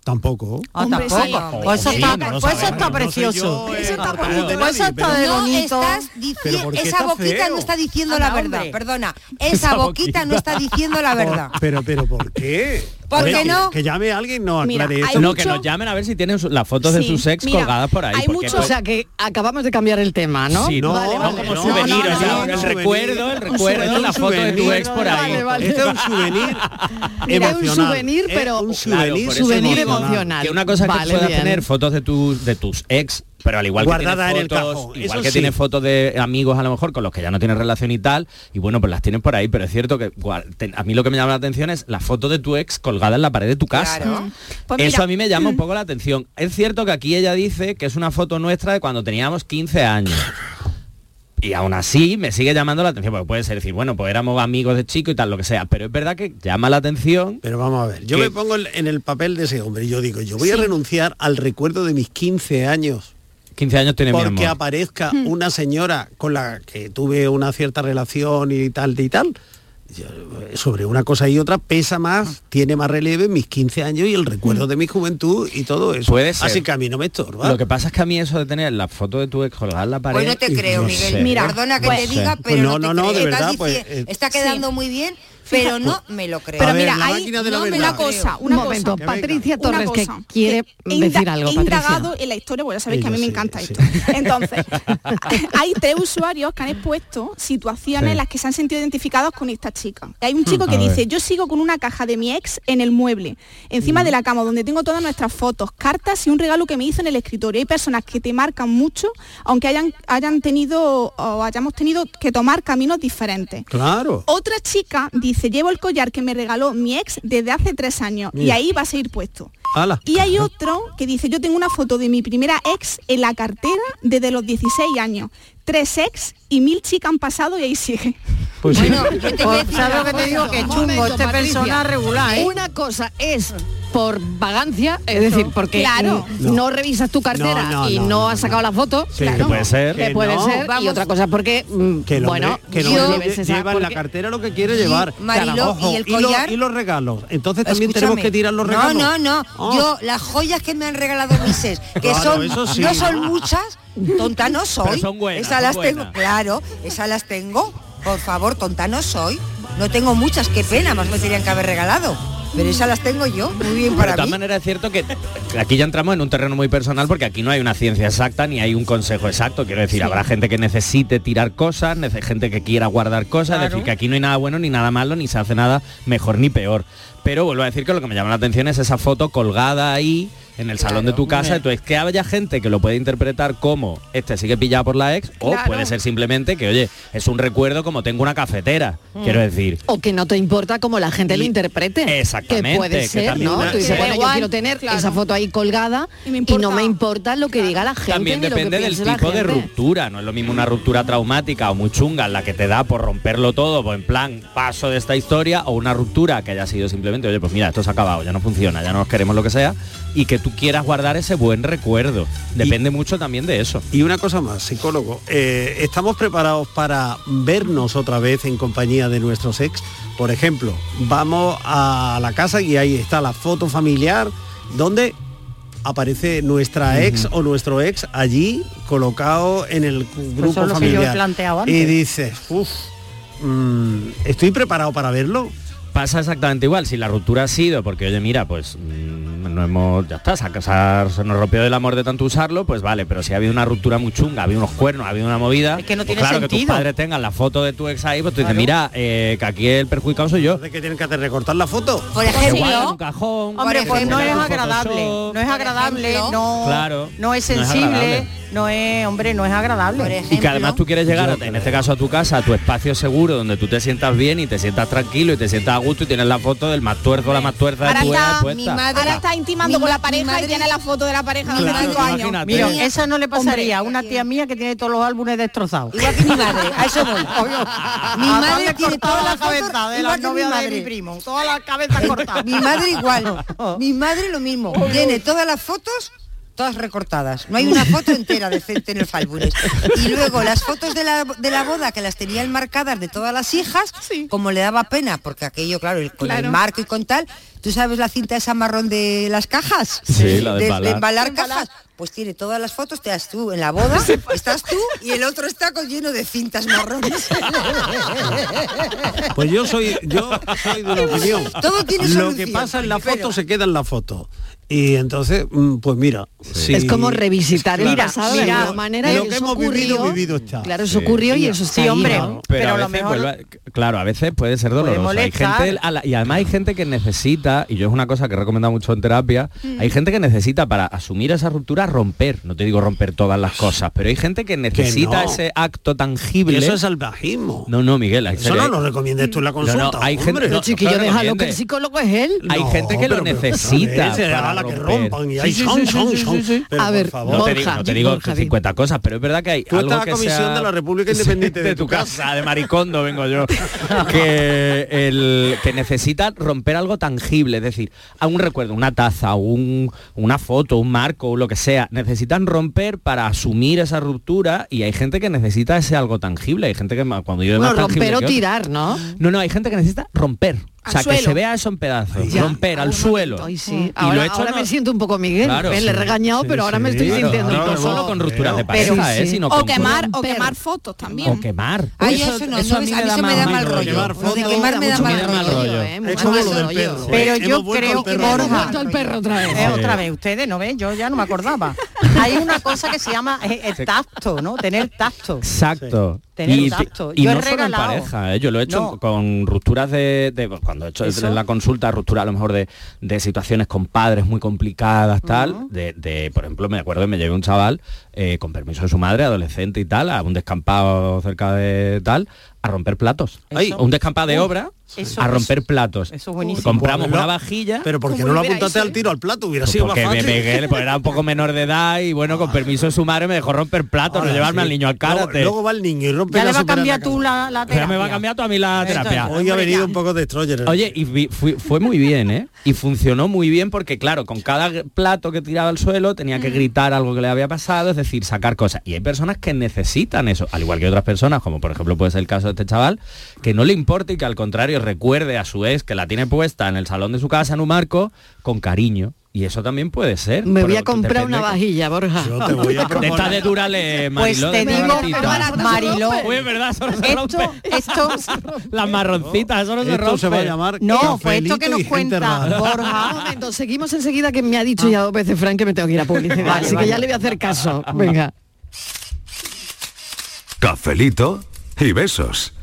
Speaker 3: Tampoco.
Speaker 5: Ah, tampoco. Pues eso está, pues eso está precioso.
Speaker 3: eh,
Speaker 6: Eso
Speaker 5: está
Speaker 3: bonito.
Speaker 5: Pues eso está de
Speaker 6: no
Speaker 5: bonito.
Speaker 6: estás
Speaker 3: Pero ¿por
Speaker 6: diciendo
Speaker 3: qué
Speaker 6: esa
Speaker 3: está
Speaker 6: boquita
Speaker 3: feo?
Speaker 6: no está diciendo
Speaker 5: Anda,
Speaker 6: la verdad
Speaker 5: hombre.
Speaker 6: perdona esa boquita no está diciendo la verdad
Speaker 3: Pero, pero, ¿por qué?
Speaker 6: ¿Por
Speaker 3: A ver,
Speaker 6: qué
Speaker 3: que-
Speaker 6: no?
Speaker 3: Que llame a alguien, no
Speaker 2: Mira,
Speaker 3: aclare
Speaker 2: hay
Speaker 3: eso.
Speaker 4: No, que nos llamen a ver si tienen su- las fotos de
Speaker 2: Sí,
Speaker 4: sus ex
Speaker 2: mira,
Speaker 4: colgadas por ahí.
Speaker 2: Hay
Speaker 4: porque,
Speaker 2: mucho,
Speaker 4: pues,
Speaker 2: o sea que acabamos de cambiar el tema, ¿no?
Speaker 4: Sí, no, no, como souvenir, o sea, el recuerdo, el recuerdo,
Speaker 3: souvenir,
Speaker 4: la foto de tu
Speaker 3: souvenir,
Speaker 4: ex por ahí.
Speaker 2: vale, vale.
Speaker 3: Este es un souvenir
Speaker 2: Mira, es un
Speaker 3: emocional.
Speaker 2: souvenir,
Speaker 4: Eh,
Speaker 3: Es
Speaker 2: pero
Speaker 4: Claro,
Speaker 3: un souvenir,
Speaker 4: por eso
Speaker 2: souvenir
Speaker 4: emocional.
Speaker 2: emocional.
Speaker 4: Que una cosa es
Speaker 2: Vale,
Speaker 4: que puedas
Speaker 2: bien.
Speaker 4: tener fotos de tus de tus ex Pero al igual
Speaker 3: Guardada
Speaker 4: que
Speaker 3: en
Speaker 4: tiene
Speaker 3: el
Speaker 4: fotos,
Speaker 3: cajón,
Speaker 4: igual
Speaker 3: eso
Speaker 4: que
Speaker 3: sí.
Speaker 4: tiene fotos de amigos a lo mejor con los que ya no tienes relación y tal, y bueno, pues las tienes por ahí, pero es cierto que guar- te- a mí lo que me llama la atención es la foto de tu ex colgada en la pared de tu casa.
Speaker 8: Mm.
Speaker 7: Pues
Speaker 4: Eso
Speaker 7: mira,
Speaker 4: a mí me llama un poco la atención. Es cierto que aquí ella dice que es una foto nuestra de cuando teníamos 15 años. Y aún así me sigue llamando la atención, porque puede ser decir, bueno, pues éramos amigos de chico y tal, lo que sea, pero es verdad que llama la atención.
Speaker 3: Pero vamos a ver, Yo me pongo en- en el papel de ese hombre y yo digo, yo voy a
Speaker 4: Sí.
Speaker 3: renunciar al recuerdo de mis 15 años.
Speaker 4: 15 años tiene mi amor.
Speaker 3: Porque aparezca
Speaker 6: Hmm.
Speaker 3: una señora con la que tuve una cierta relación y tal y tal. Yo, eh, sobre una cosa y otra pesa
Speaker 6: Ah.
Speaker 3: más, tiene más relieve mis 15 años y el recuerdo de mi juventud y todo eso.
Speaker 4: Puede ser.
Speaker 3: Así que a mí no me estorba.
Speaker 4: Lo que pasa es que a mí eso de tener la foto de tu ex colgada en la pared...
Speaker 6: Pues no te creo,
Speaker 4: no
Speaker 6: Miguel.
Speaker 4: sé.
Speaker 6: Mira, perdona que
Speaker 4: Pues
Speaker 6: te
Speaker 4: no
Speaker 6: diga,
Speaker 4: sé.
Speaker 6: pero
Speaker 4: No,
Speaker 6: te
Speaker 4: no, no, de
Speaker 6: creo. Estás
Speaker 4: verdad, pues,
Speaker 6: dici-
Speaker 4: eh,
Speaker 6: está quedando muy bien, pero
Speaker 2: pues,
Speaker 6: no me lo creo.
Speaker 7: Pero mira, hay una cosa, una
Speaker 2: Un momento,
Speaker 7: cosa.
Speaker 2: Patricia
Speaker 7: Una
Speaker 2: Torres, que
Speaker 7: cosa.
Speaker 2: quiere
Speaker 7: Inda-
Speaker 2: decir algo,
Speaker 7: he
Speaker 2: Patricia.
Speaker 7: indagado en la historia, bueno, ya sabéis que a mí
Speaker 2: Ella
Speaker 7: me
Speaker 2: sí,
Speaker 7: encanta esto. Entonces, hay tres usuarios que han expuesto situaciones
Speaker 2: Sí.
Speaker 7: en las que se han sentido identificados con esta chica. Hay un chico
Speaker 2: Hmm.
Speaker 7: que
Speaker 2: A
Speaker 7: dice,
Speaker 2: ver.
Speaker 7: yo sigo con una caja de mi ex en el mueble, encima
Speaker 2: Mm.
Speaker 7: de la cama, donde tengo todas nuestras fotos, cartas y un regalo que me hizo en el escritorio. Hay personas que te marcan mucho, aunque hayan, hayan tenido o hayamos tenido que tomar caminos
Speaker 8: Mm.
Speaker 7: diferentes.
Speaker 3: Claro.
Speaker 7: Otra chica dice, llevo el collar que me regaló mi ex desde hace tres años y
Speaker 3: Mira.
Speaker 7: ahí va a seguir puesto.
Speaker 3: Ala.
Speaker 7: Y hay otro que dice, yo tengo una foto de mi primera ex en la cartera desde los 16 años. Tres ex y mil chicas han pasado y ahí sigue.
Speaker 3: Pues
Speaker 5: ¿Sabes lo que
Speaker 2: ¿eh?
Speaker 5: te digo? Que es chungo, este persona regular, ¿eh?
Speaker 2: Una cosa es por vagancia, es decir, porque
Speaker 5: Claro.
Speaker 2: mm, no. revisas tu cartera
Speaker 3: No, no,
Speaker 2: y
Speaker 3: no,
Speaker 2: no, has sacado la foto,
Speaker 3: Sí, que puede ser.
Speaker 2: que
Speaker 3: Que
Speaker 2: puede
Speaker 3: no.
Speaker 2: ser, y
Speaker 3: Vamos.
Speaker 2: otra cosa porque, mm,
Speaker 3: Que el
Speaker 2: bueno,
Speaker 6: Hmm.
Speaker 3: hombre- que el
Speaker 2: yo-
Speaker 3: hombre
Speaker 2: lleves
Speaker 3: lle-
Speaker 2: esa-
Speaker 3: lleva en la
Speaker 2: porque-
Speaker 3: cartera lo que quiere llevar.
Speaker 6: Mariló,
Speaker 3: Claro, ojo,
Speaker 6: ¿y el
Speaker 3: lo-
Speaker 6: collar?
Speaker 3: y los regalos. Entonces también tenemos
Speaker 6: Escúchame.
Speaker 3: que tirar los regalos.
Speaker 6: No, no, no.
Speaker 3: Oh.
Speaker 6: Yo, las joyas que me han regalado mis ex, que
Speaker 3: Claro, eso
Speaker 6: son,
Speaker 3: sí.
Speaker 6: no son muchas, tonta no soy.
Speaker 3: Pero son buenas,
Speaker 6: esas las
Speaker 3: son buenas.
Speaker 6: tengo, claro, esas las tengo. Por favor, tonta no soy. No tengo muchas, qué pena, más me tenían que haber regalado. Pero esas las tengo yo, muy bien
Speaker 4: Pero
Speaker 6: para
Speaker 4: de todas
Speaker 6: mí. Oh.
Speaker 4: maneras es cierto que aquí ya entramos en un terreno muy personal porque aquí no hay una ciencia exacta ni hay un consejo exacto. Quiero decir, habrá gente que necesite tirar cosas, nece- gente que quiera guardar cosas, es decir, que aquí no hay nada bueno ni nada malo, ni se hace nada mejor ni peor. Pero vuelvo a decir que lo que me llama la atención es esa foto colgada ahí en el salón de tu casa. Entonces, que haya gente que lo puede interpretar como este sigue pillado por la ex o
Speaker 2: Claro.
Speaker 4: puede ser simplemente que, oye, es un recuerdo como tengo una cafetera,
Speaker 2: Mm.
Speaker 4: quiero decir.
Speaker 2: o que no te importa como la gente lo interprete.
Speaker 4: Exactamente,
Speaker 2: Que puede
Speaker 4: que
Speaker 2: ser,
Speaker 4: también
Speaker 2: ¿no?
Speaker 4: una-
Speaker 2: Tú dices,
Speaker 4: Sí.
Speaker 2: bueno, yo
Speaker 4: Igual,
Speaker 2: quiero tener esa foto ahí colgada y, no me importa lo que diga la gente.
Speaker 4: También
Speaker 2: ni lo que
Speaker 4: depende del
Speaker 2: piense la
Speaker 4: tipo de
Speaker 2: gente.
Speaker 4: ruptura, no es lo mismo una ruptura traumática o muy chunga en la que te da por romperlo todo, pues en plan paso de esta historia, o una ruptura que haya sido simplemente, oye, pues mira, esto se ha acabado, ya no funciona, ya no nos queremos lo que sea, y que tú quieras guardar ese buen recuerdo. Depende mucho también de eso.
Speaker 3: Y una cosa más, psicólogo, eh, ¿estamos preparados para vernos otra vez en compañía de nuestros ex? Por ejemplo, vamos a la casa y ahí está la foto familiar donde aparece nuestra ex o nuestro ex allí colocado en el cu- grupo
Speaker 5: eso es lo Pues que yo he
Speaker 3: familiar.
Speaker 5: planteado
Speaker 3: Y
Speaker 5: antes.
Speaker 3: dices, uff, estoy preparado para verlo.
Speaker 4: Pasa exactamente igual, si la ruptura ha sido porque, oye, mira, pues mm, no hemos, ya está, se, ha- se ha- se nos rompió el amor de tanto usarlo, pues vale, pero si ha habido una ruptura muy chunga, ha habido unos cuernos, ha habido una movida,
Speaker 3: que no
Speaker 4: pues
Speaker 3: tiene
Speaker 4: claro que tus
Speaker 3: sentido.
Speaker 4: padres tengan la foto de tu ex ahí, pues tú dices, mira, eh, que aquí el perjudicado soy yo.
Speaker 3: ¿De qué tienen que hacer? ¿Recortar la foto?
Speaker 6: Por
Speaker 4: Igual,
Speaker 6: ejemplo,
Speaker 5: Hombre, pues no es
Speaker 4: ejemplo,
Speaker 5: agradable,
Speaker 4: Photoshop,
Speaker 5: no es agradable,
Speaker 6: ejemplo.
Speaker 5: no,
Speaker 4: Claro,
Speaker 5: no es
Speaker 4: no es
Speaker 5: sensible,
Speaker 4: agradable.
Speaker 5: no es, hombre, no es agradable.
Speaker 4: Y que además tú quieres llegar, en este caso a tu casa, a tu espacio seguro, donde tú te sientas bien y te sientas tranquilo y te sientas a gusto y tienes la foto del más tuerzo, la más tuerza de
Speaker 7: Ahora
Speaker 4: tu ex
Speaker 7: está, mi
Speaker 4: puesta.
Speaker 7: madre, ahora está intimando con la pareja y tiene la foto de la pareja de
Speaker 5: Claro,
Speaker 7: hace cinco años.
Speaker 5: Imagínate. Mira, esa no le pasaría a una tía mía que tiene todos los álbumes destrozados. Igual
Speaker 6: que mi madre, a eso voy. Mi madre tiene todas
Speaker 5: la
Speaker 6: las fotos,
Speaker 5: cabeza de la
Speaker 6: igual que mi
Speaker 5: novia de mi
Speaker 6: madre.
Speaker 5: primo, toda la cabeza cortada.
Speaker 6: Mi madre igual. Mi madre lo mismo. Tiene todas las fotos, todas recortadas. No hay una foto entera decente en los álbumes. Y luego las fotos de la, de la boda que las tenían marcadas de todas las hijas, como le daba pena, porque aquello, claro, el- con
Speaker 7: Claro.
Speaker 6: el marco y con tal. ¿Tú sabes la cinta esa marrón de las cajas?
Speaker 4: Sí, la de embalar.
Speaker 6: embalar cajas. Pues tiene todas las fotos, te das tú en la boda, estás tú y el otro está con lleno de cintas marrones.
Speaker 3: Pues yo soy, yo soy de la opinión.
Speaker 6: Todo tiene
Speaker 3: Lo
Speaker 6: solución,
Speaker 3: que pasa en la foto se queda en la foto. Y entonces, mm, pues mira, si-
Speaker 2: Es como revisitar el
Speaker 3: Mira,
Speaker 2: pasado de
Speaker 3: mira,
Speaker 2: alguna manera.
Speaker 3: lo
Speaker 2: y
Speaker 3: que
Speaker 2: eso
Speaker 3: hemos vivido,
Speaker 2: ocurrió.
Speaker 3: vivido está.
Speaker 2: Claro, eso ocurrió y eso está ahí, ¿no?
Speaker 4: pero, a veces pues, vuelve a- claro, a veces puede ser doloroso. Hay
Speaker 2: molestar.
Speaker 4: gente, a la- y además hay Mm. gente que necesita, y yo es una cosa que he recomendado mucho en terapia, hay gente que necesita para asumir esa ruptura ayuda a romper. No te digo romper todas las cosas, pero hay gente que necesita
Speaker 3: no.
Speaker 4: ese acto tangible.
Speaker 3: Eso es salvajismo.
Speaker 4: No, no, Miguel. ¿eh? hay
Speaker 3: Eso no
Speaker 4: serie-
Speaker 3: lo recomiendes tú en la consulta.
Speaker 4: No, no, hay gente-
Speaker 3: hombre.
Speaker 4: no,
Speaker 18: Chiquillo,
Speaker 4: claro, Mm,
Speaker 18: déjalo, que
Speaker 4: entiende.
Speaker 18: el psicólogo es él.
Speaker 4: Hay gente que lo
Speaker 3: pero- pero,
Speaker 4: necesita.
Speaker 3: ¿sabes? Se
Speaker 4: para
Speaker 3: da la que
Speaker 4: romper.
Speaker 3: rompan y ahí
Speaker 4: Sí, sí,
Speaker 3: son,
Speaker 4: sí, sí,
Speaker 3: son,
Speaker 4: sí, sí,
Speaker 3: son.
Speaker 4: sí.
Speaker 3: Pero,
Speaker 18: A
Speaker 3: por
Speaker 18: ver,
Speaker 3: favor.
Speaker 4: No te digo, no te digo
Speaker 18: Borja, di.
Speaker 4: 50 cosas, pero es verdad que hay
Speaker 3: Tú
Speaker 4: algo
Speaker 3: estás a
Speaker 4: que
Speaker 3: comisión
Speaker 4: sea-
Speaker 3: de la República Independiente de tu casa.
Speaker 4: de Maricondo vengo yo. que, el, que necesita romper algo tangible, es decir, a un recuerdo, una taza, un, una foto, un marco, lo que sea. Necesitan romper para asumir esa ruptura y hay gente que necesita ese algo tangible. Hay gente que ma- cuando yo
Speaker 18: Bueno,
Speaker 4: más tangible
Speaker 18: romper o
Speaker 4: que otra.
Speaker 18: tirar, ¿no?
Speaker 4: No, no, hay gente que necesita romper. O sea,
Speaker 18: Al
Speaker 4: que
Speaker 18: suelo.
Speaker 4: se vea eso en pedazos,
Speaker 18: Ya. Ah,
Speaker 4: romper al suelo.
Speaker 18: Ay,
Speaker 4: Y
Speaker 18: sí.
Speaker 4: lo
Speaker 18: Ahora,
Speaker 4: he hecho
Speaker 18: ahora
Speaker 4: no-
Speaker 18: me siento un poco Miguel.
Speaker 4: Claro,
Speaker 18: ¿eh?
Speaker 4: sí.
Speaker 18: Le he regañado,
Speaker 4: Sí,
Speaker 18: pero ahora
Speaker 4: sí,
Speaker 18: me estoy
Speaker 4: claro,
Speaker 18: sintiendo
Speaker 4: no,
Speaker 18: un
Speaker 4: no
Speaker 18: poco-
Speaker 4: solo con rupturas de
Speaker 18: Pero
Speaker 4: pareja, ¿eh?
Speaker 18: sí. Oh,
Speaker 4: sino
Speaker 6: O
Speaker 4: con-
Speaker 6: quemar, o quemar fotos
Speaker 4: o
Speaker 6: también.
Speaker 4: quemar.
Speaker 6: Ay, eso no, no, a mí eso me da mal rollo.
Speaker 4: Quemar
Speaker 6: Lo
Speaker 4: fotos,
Speaker 6: de quemar me da
Speaker 4: mucho
Speaker 6: mal rollo,
Speaker 4: ¿eh?
Speaker 5: Es como lo del perro, Pero ¿eh? yo Hemos vuelto creo al que perro. Borja-
Speaker 18: Hemos vuelto al perro otra vez.
Speaker 5: Eh, otra vez, ustedes no ven, yo ya no me acordaba. Hay una cosa que se llama eh, el tacto, ¿no? Tener tacto.
Speaker 4: Exacto.
Speaker 5: Tener
Speaker 4: Y,
Speaker 5: tacto.
Speaker 4: y
Speaker 5: Yo he
Speaker 4: no solo en
Speaker 5: regalado.
Speaker 4: pareja, ¿eh? yo lo he hecho
Speaker 5: No.
Speaker 4: con rupturas de, de- pues, cuando he hecho
Speaker 5: Eso.
Speaker 4: en la consulta, ruptura a lo mejor de, de situaciones con padres muy complicadas, tal, de, de, por ejemplo, me acuerdo, me llevé un chaval eh, con permiso de su madre, adolescente y tal, a un descampado cerca de tal, a romper platos. Ay, un descampado de
Speaker 3: Uy,
Speaker 4: obra
Speaker 3: eso
Speaker 4: a
Speaker 3: es-
Speaker 4: romper platos.
Speaker 3: eso es buenísimo.
Speaker 4: Compramos
Speaker 3: Pues,
Speaker 4: una
Speaker 3: no.
Speaker 4: vajilla.
Speaker 3: Pero ¿por
Speaker 4: Pues
Speaker 3: qué no lo apuntaste al tiro al plato? Hubiera sido más
Speaker 4: porque me
Speaker 3: fácil.
Speaker 4: Miguel pues, era un poco menor de edad y bueno, con permiso de su madre me dejó romper platos,
Speaker 3: Ahora
Speaker 4: no llevarme
Speaker 3: sí.
Speaker 4: al niño al
Speaker 3: Luego-
Speaker 4: karate.
Speaker 3: Luego va el niño y rompe
Speaker 5: Ya
Speaker 3: la
Speaker 5: le va a
Speaker 3: supera en la
Speaker 5: cambiar tú la, la
Speaker 4: Pero me va a
Speaker 5: terapia.
Speaker 4: cambiar toda a mí la
Speaker 5: Esto es,
Speaker 4: terapia.
Speaker 3: Hoy ha venido un poco destroyer. ¿eh?
Speaker 4: Oye, y vi- fui- fue muy bien, ¿eh? Y funcionó muy bien porque, claro, con cada g- plato que tiraba al suelo tenía que gritar algo que le había pasado, es decir, sacar cosas. Y hay personas que necesitan eso, al igual que otras personas, como por ejemplo puede ser el caso de este chaval, que no le importe y que al contrario recuerde a su ex que la tiene puesta en el salón de su casa en un marco con cariño. Y eso también puede ser.
Speaker 18: Me voy
Speaker 4: pero
Speaker 18: a comprar una
Speaker 4: depende de-
Speaker 18: vajilla, Borja.
Speaker 4: Yo te voy a proponer- De estas de Duralex, Mariló,
Speaker 18: Pues
Speaker 4: de
Speaker 18: te digo,
Speaker 4: baratitas.
Speaker 18: Mariló.
Speaker 4: Uy, es verdad, solo se
Speaker 5: Esto, esto,
Speaker 4: Las marroncitas, eso no se
Speaker 3: Esto se va a
Speaker 4: rompe.
Speaker 3: llamar
Speaker 18: No, fue esto
Speaker 3: Cafelito
Speaker 18: que nos
Speaker 3: y gente
Speaker 18: cuenta
Speaker 3: rara.
Speaker 18: Borja. Un momento, seguimos enseguida que me ha
Speaker 4: Ah.
Speaker 18: dicho ya dos veces Frank que me tengo que ir a publicidad,
Speaker 3: Vale,
Speaker 18: así
Speaker 3: vale.
Speaker 18: que ya le voy a hacer caso. Venga.
Speaker 19: Cafelito y besos.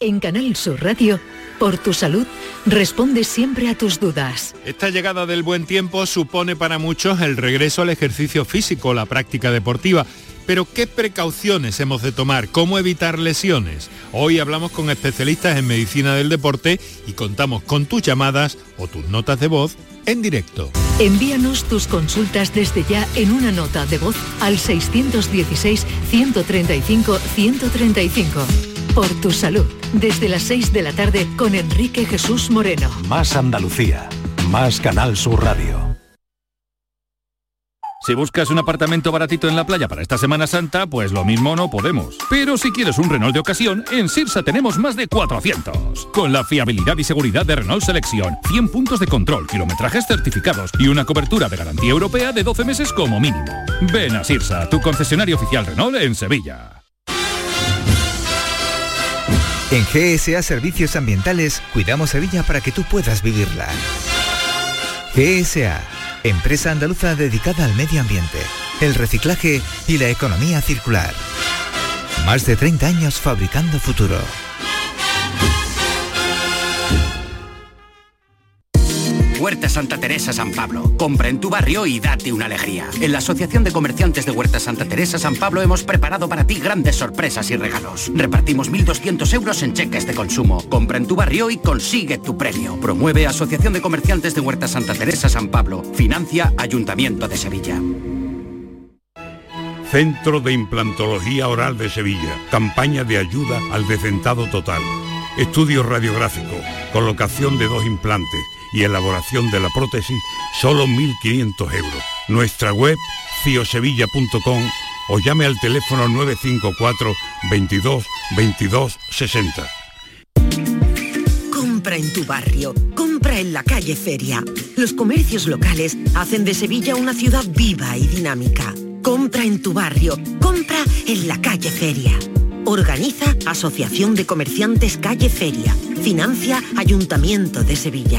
Speaker 2: En Canal Sur Radio, por tu salud, responde siempre a tus dudas.
Speaker 20: Esta llegada del buen tiempo supone para muchos el regreso al ejercicio físico, la práctica deportiva. Pero ¿qué precauciones hemos de tomar? ¿Cómo evitar lesiones? Hoy hablamos con especialistas en medicina del deporte y contamos con tus llamadas o tus notas de voz en directo.
Speaker 2: Envíanos tus consultas desde ya en una nota de voz al 616-135-135. Por tu salud, desde las 6 de la tarde con Enrique Jesús Moreno.
Speaker 21: Más Andalucía. Más Canal Sur Radio.
Speaker 19: Si buscas un apartamento baratito en la playa para esta Semana Santa, pues lo mismo no podemos. Pero si quieres un Renault de ocasión, en Sirsa tenemos más de 400. Con la fiabilidad y seguridad de Renault Selección, 100 puntos de control, kilometrajes certificados y una cobertura de garantía europea de 12 meses como mínimo. Ven a Sirsa, tu concesionario oficial Renault en Sevilla.
Speaker 22: En GSA Servicios Ambientales cuidamos Sevilla para que tú puedas vivirla. GSA, empresa andaluza dedicada al medio ambiente, el reciclaje y la economía circular. Más de 30 años fabricando futuro.
Speaker 23: Huerta Santa Teresa San Pablo. Compra en tu barrio y date una alegría. En la Asociación de Comerciantes de Huerta Santa Teresa San Pablo hemos preparado para ti grandes sorpresas y regalos. Repartimos 1.200 euros en cheques de consumo. Compra en tu barrio y consigue tu premio. Promueve Asociación de Comerciantes de Huerta Santa Teresa San Pablo. Financia Ayuntamiento de Sevilla.
Speaker 24: Centro de Implantología Oral de Sevilla. Campaña de ayuda al decentado total. Estudio radiográfico, colocación de dos implantes y elaboración de la prótesis, solo 1.500 euros. Nuestra web, ciosevilla.com o llame al teléfono 954 22 22 60.
Speaker 25: Compra en tu barrio, compra en la calle Feria. Los comercios locales hacen de Sevilla una ciudad viva y dinámica. Compra en tu barrio, compra en la calle Feria. Organiza Asociación de Comerciantes Calle Feria. Financia Ayuntamiento de Sevilla.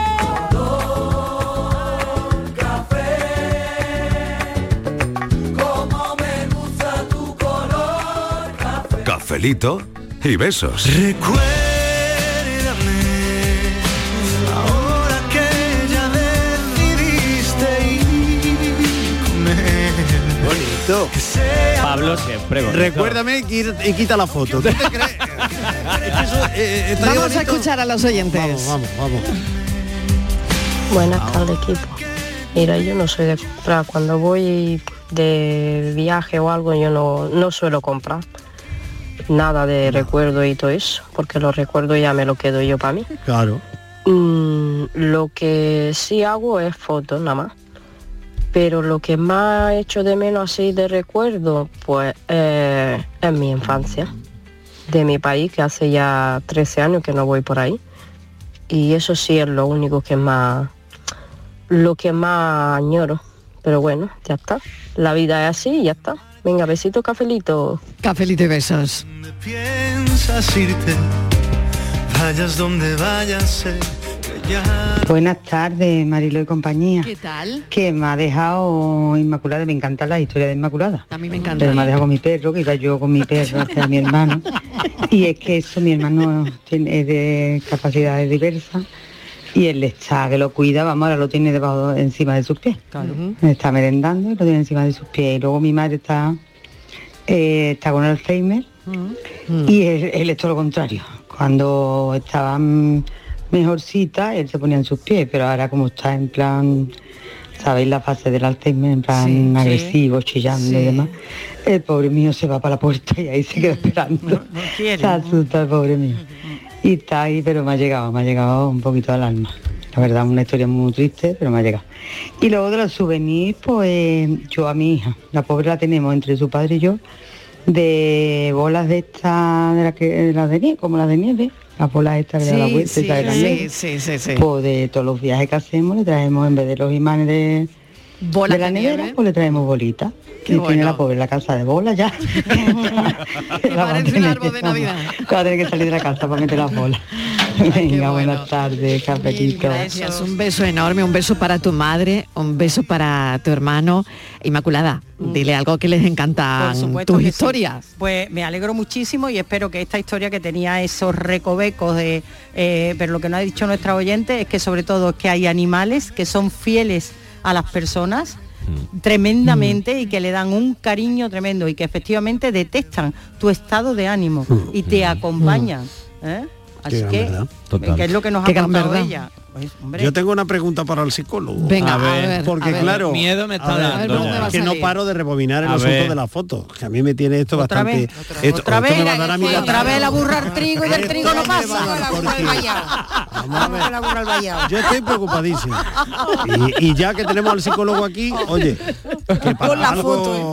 Speaker 10: Como me gusta tu color café.
Speaker 24: Cafelito y besos.
Speaker 10: Recuérdame, ahora que ya decidiste ir con él.
Speaker 3: Bonito.
Speaker 4: Pablo siempre bonito.
Speaker 3: Recuérdame y quita- y quita la foto. ¿Tú te crees?
Speaker 2: Vamos a escuchar a los oyentes.
Speaker 3: Vamos, vamos.
Speaker 26: Buenas tardes, equipo. Mira, yo no soy de comprar. Cuando voy de viaje o algo, yo no, no suelo comprar nada de recuerdo y todo eso, porque los recuerdos ya me lo quedo yo para mí.
Speaker 3: Claro.
Speaker 26: Mm, lo que sí hago es fotos nada más. Pero lo que más hecho de menos así de recuerdo, pues eh, es mi infancia, de mi país, que hace ya 13 años que no voy por ahí. Y eso sí es lo único que más, lo que más añoro. Pero bueno, ya está. La vida es así y ya está. Venga, besito, cafelito.
Speaker 2: Cafelito y besos.
Speaker 10: Piensas irte, vayas donde vayas, sé que ya
Speaker 8: Buenas tardes, Marilo y compañía.
Speaker 2: ¿Qué tal?
Speaker 8: Que me ha dejado Inmaculada, me encantan las historias de Inmaculada.
Speaker 2: A mí me encanta.
Speaker 8: Pero me ha dejado con mi perro, que iba yo con mi perro hacia mi hermano. Y es que eso, mi hermano tiene, es de capacidades diversas y él está, que lo cuida, vamos, ahora lo tiene debajo, encima de sus pies. Está merendando y lo tiene encima de sus pies. Y luego mi madre está, eh, está con Alzheimer
Speaker 2: Mm.
Speaker 27: Mm.
Speaker 8: y él, él es todo lo contrario. Cuando estaba mm, mejorcita, él se ponía en sus pies, pero ahora como está en plan, ¿sabéis la fase del Alzheimer? En plan
Speaker 27: Sí, sí.
Speaker 8: agresivo, chillando
Speaker 27: Sí.
Speaker 8: y demás. El pobre mío se va para la puerta y ahí se
Speaker 2: Mm,
Speaker 8: queda esperando.
Speaker 27: quiere,
Speaker 8: Se
Speaker 27: ¿no?
Speaker 8: asusta el pobre mío. Y está ahí, pero me ha llegado, me ha llegado un poquito al alma. La verdad, una historia muy triste, pero me ha llegado. Y luego de los souvenirs, pues yo a mi hija, la pobre la tenemos entre su padre y yo, de bolas de estas, de las que- de las de nieve, como las de nieve, las bolas estas que le da la
Speaker 2: Sí,
Speaker 8: vuelta y
Speaker 2: sí,
Speaker 8: sale la
Speaker 2: sí,
Speaker 8: nieve.
Speaker 2: sí, sí, sí.
Speaker 8: Pues de todos los viajes que hacemos le traemos, en vez de los imanes de,
Speaker 2: Bolas
Speaker 8: de la
Speaker 2: de
Speaker 8: nevera,
Speaker 2: nieve.
Speaker 8: pues le traemos bolitas.
Speaker 2: ¿eh? Qué
Speaker 8: y
Speaker 2: bueno.
Speaker 8: tiene la pobre la casa de bolas ya. la va a
Speaker 2: Parece un
Speaker 8: tener
Speaker 2: árbol de
Speaker 8: que- vamos,
Speaker 2: Navidad. Ah,
Speaker 8: que va a tener que salir de la casa para meter las bolas. Venga, buenas tardes, cafetito.
Speaker 2: Gracias, un beso enorme, un beso para tu madre, un beso para tu hermano. Inmaculada, dile algo que les encanta
Speaker 5: Por supuesto
Speaker 2: tus
Speaker 5: que sí.
Speaker 2: historias.
Speaker 5: Pues me alegro muchísimo y espero que esta historia que tenía esos recovecos de, eh, pero lo que no ha dicho nuestra oyente es que sobre todo que hay animales que son fieles a las personas tremendamente
Speaker 3: Mm.
Speaker 5: y que le dan un cariño tremendo y que efectivamente detestan tu estado de ánimo
Speaker 3: Mm.
Speaker 5: y te acompañan. ¿eh? Así
Speaker 3: gran
Speaker 5: que,
Speaker 3: verdad.
Speaker 5: que es lo que nos
Speaker 3: Qué
Speaker 5: ha
Speaker 3: gran
Speaker 5: contado
Speaker 3: verdad.
Speaker 5: ella. Pues, hombre,
Speaker 3: Yo tengo una pregunta para el psicólogo.
Speaker 5: Venga, A a ver, ver,
Speaker 3: porque
Speaker 5: a ver.
Speaker 3: claro,
Speaker 4: Miedo me está
Speaker 3: a ver,
Speaker 4: dando
Speaker 3: no,
Speaker 4: ya.
Speaker 3: es que no
Speaker 4: salir.
Speaker 3: paro de rebobinar el
Speaker 4: A
Speaker 3: asunto
Speaker 4: ver.
Speaker 3: de las fotos, que a mí me tiene esto bastante
Speaker 5: vez,
Speaker 3: esto,
Speaker 5: otra
Speaker 3: esto
Speaker 5: vez,
Speaker 3: me va a dar a mí la-
Speaker 5: otra vez la burra al trigo y del trigo no pasa.
Speaker 6: Vamos a la burra al vallado.
Speaker 3: Yo estoy preocupadísimo. Y, y ya que tenemos al psicólogo aquí, oye, que para,
Speaker 7: Pon la
Speaker 3: algo,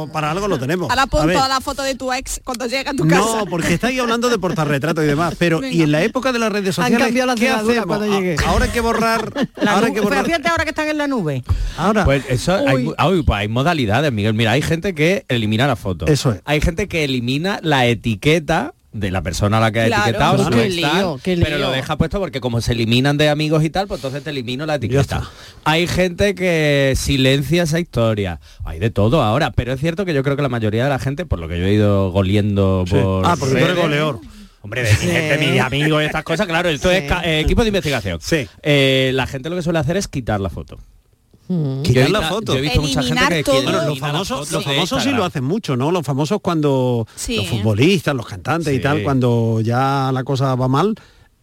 Speaker 7: foto,
Speaker 3: para algo lo tenemos.
Speaker 7: Ahora pon
Speaker 3: A ver,
Speaker 7: toda la foto de tu ex cuando llega a tu casa.
Speaker 3: No, porque estáis hablando de portarretratos y demás, pero y en la época de las redes
Speaker 7: Han
Speaker 3: sociales,
Speaker 7: cambiado la
Speaker 3: ¿qué
Speaker 7: cerradura
Speaker 3: hacemos?
Speaker 7: cuando
Speaker 3: A-
Speaker 7: llegue.
Speaker 3: Ahora hay que borrar,
Speaker 5: La
Speaker 3: ahora hay
Speaker 5: nube-
Speaker 3: que borrar.
Speaker 5: fíjate ahora que están en la nube.
Speaker 3: Ahora.
Speaker 4: Pues eso hay, ay, pues hay modalidades, Miguel. Mira, hay gente que elimina la foto.
Speaker 3: Eso es.
Speaker 4: Hay gente que elimina la etiqueta de la persona a la que ha
Speaker 2: Claro,
Speaker 4: etiquetado,
Speaker 2: claro.
Speaker 4: su
Speaker 2: Qué
Speaker 4: ex-tal,
Speaker 2: lío, qué
Speaker 4: pero
Speaker 2: lío.
Speaker 4: lo deja puesto porque como se eliminan de amigos y tal, pues entonces te elimino la etiqueta. Hay gente que silencia esa historia. Hay de todo ahora, pero es cierto que yo creo que la mayoría de la gente, por lo que yo he ido goliendo por
Speaker 3: Ah, porque tú eres
Speaker 4: redes,
Speaker 3: goleador.
Speaker 4: Hombre, de mi gente, mis amigos, estas cosas, claro, esto es ca- eh, equipo de investigación. Eh, la gente lo que suele hacer es quitar la foto. Yo
Speaker 3: Mm. Quitar
Speaker 4: he
Speaker 3: la
Speaker 4: visto-
Speaker 3: foto.
Speaker 4: yo he visto mucha gente Eliminar que todo. quiere
Speaker 3: Bueno, los
Speaker 4: eliminar la
Speaker 3: famosos,
Speaker 4: foto
Speaker 3: los
Speaker 4: de
Speaker 3: famosos sí
Speaker 4: Instagram.
Speaker 3: lo hacen mucho, ¿no? Los famosos cuando
Speaker 4: Sí.
Speaker 3: los futbolistas, los cantantes y
Speaker 4: Sí.
Speaker 3: tal, cuando ya la cosa va mal,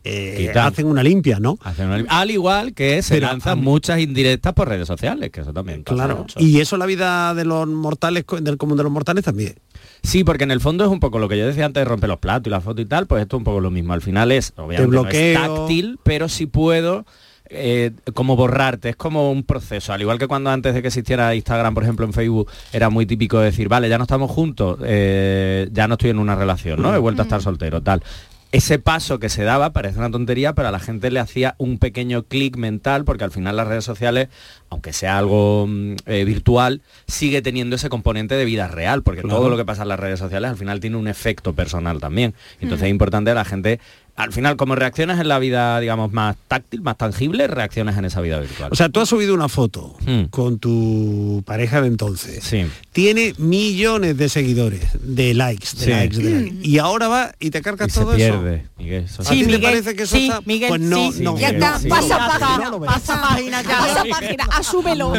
Speaker 3: eh,
Speaker 4: Quitan.
Speaker 3: hacen una limpia, ¿no?
Speaker 4: Hacen una lim- Al igual que se lanzan muchas indirectas por redes sociales, que eso también pasa
Speaker 3: Claro.
Speaker 4: mucho.
Speaker 3: Y eso la vida de los mortales, co- del común de los mortales también.
Speaker 4: Sí, porque en el fondo es un poco lo que yo decía antes de romper los platos y la foto y tal, pues esto es un poco lo mismo. Al final es, obviamente, no es
Speaker 3: bloqueo.
Speaker 4: táctil, pero si puedo eh, como borrarte, es como un proceso. Al igual que cuando antes de que existiera Instagram, por ejemplo, en Facebook, era muy típico decir, vale, ya no estamos juntos, eh, ya no estoy en una relación, ¿no? He vuelto a estar soltero, tal. Ese paso que se daba parece una tontería, pero a la gente le hacía un pequeño clic mental, porque al final las redes sociales, aunque sea algo mm, eh, virtual, sigue teniendo ese componente de vida real, porque
Speaker 3: Claro.
Speaker 4: todo lo que pasa en las redes sociales al final tiene un efecto personal también. Entonces es importante la gente, al final, como reaccionas en la vida, digamos, más táctil, más tangible, reaccionas en esa vida virtual.
Speaker 3: O sea, tú has subido una foto
Speaker 4: Hmm.
Speaker 3: con tu pareja de entonces. Tiene millones de seguidores, de likes, de
Speaker 4: Sí.
Speaker 3: likes, de likes. Y ahora va y te cargas
Speaker 4: Y se
Speaker 3: todo
Speaker 4: pierde,
Speaker 3: eso.
Speaker 4: Miguel, eso
Speaker 3: ¿A ti te parece que eso
Speaker 5: Mm. sí,
Speaker 3: está?
Speaker 5: Miguel,
Speaker 3: pues
Speaker 5: sí,
Speaker 3: no, no.
Speaker 5: sí, Ya Miguel, está, sí. pasa página,
Speaker 7: pasa página
Speaker 5: ya.
Speaker 7: Pasa página, asúbelo.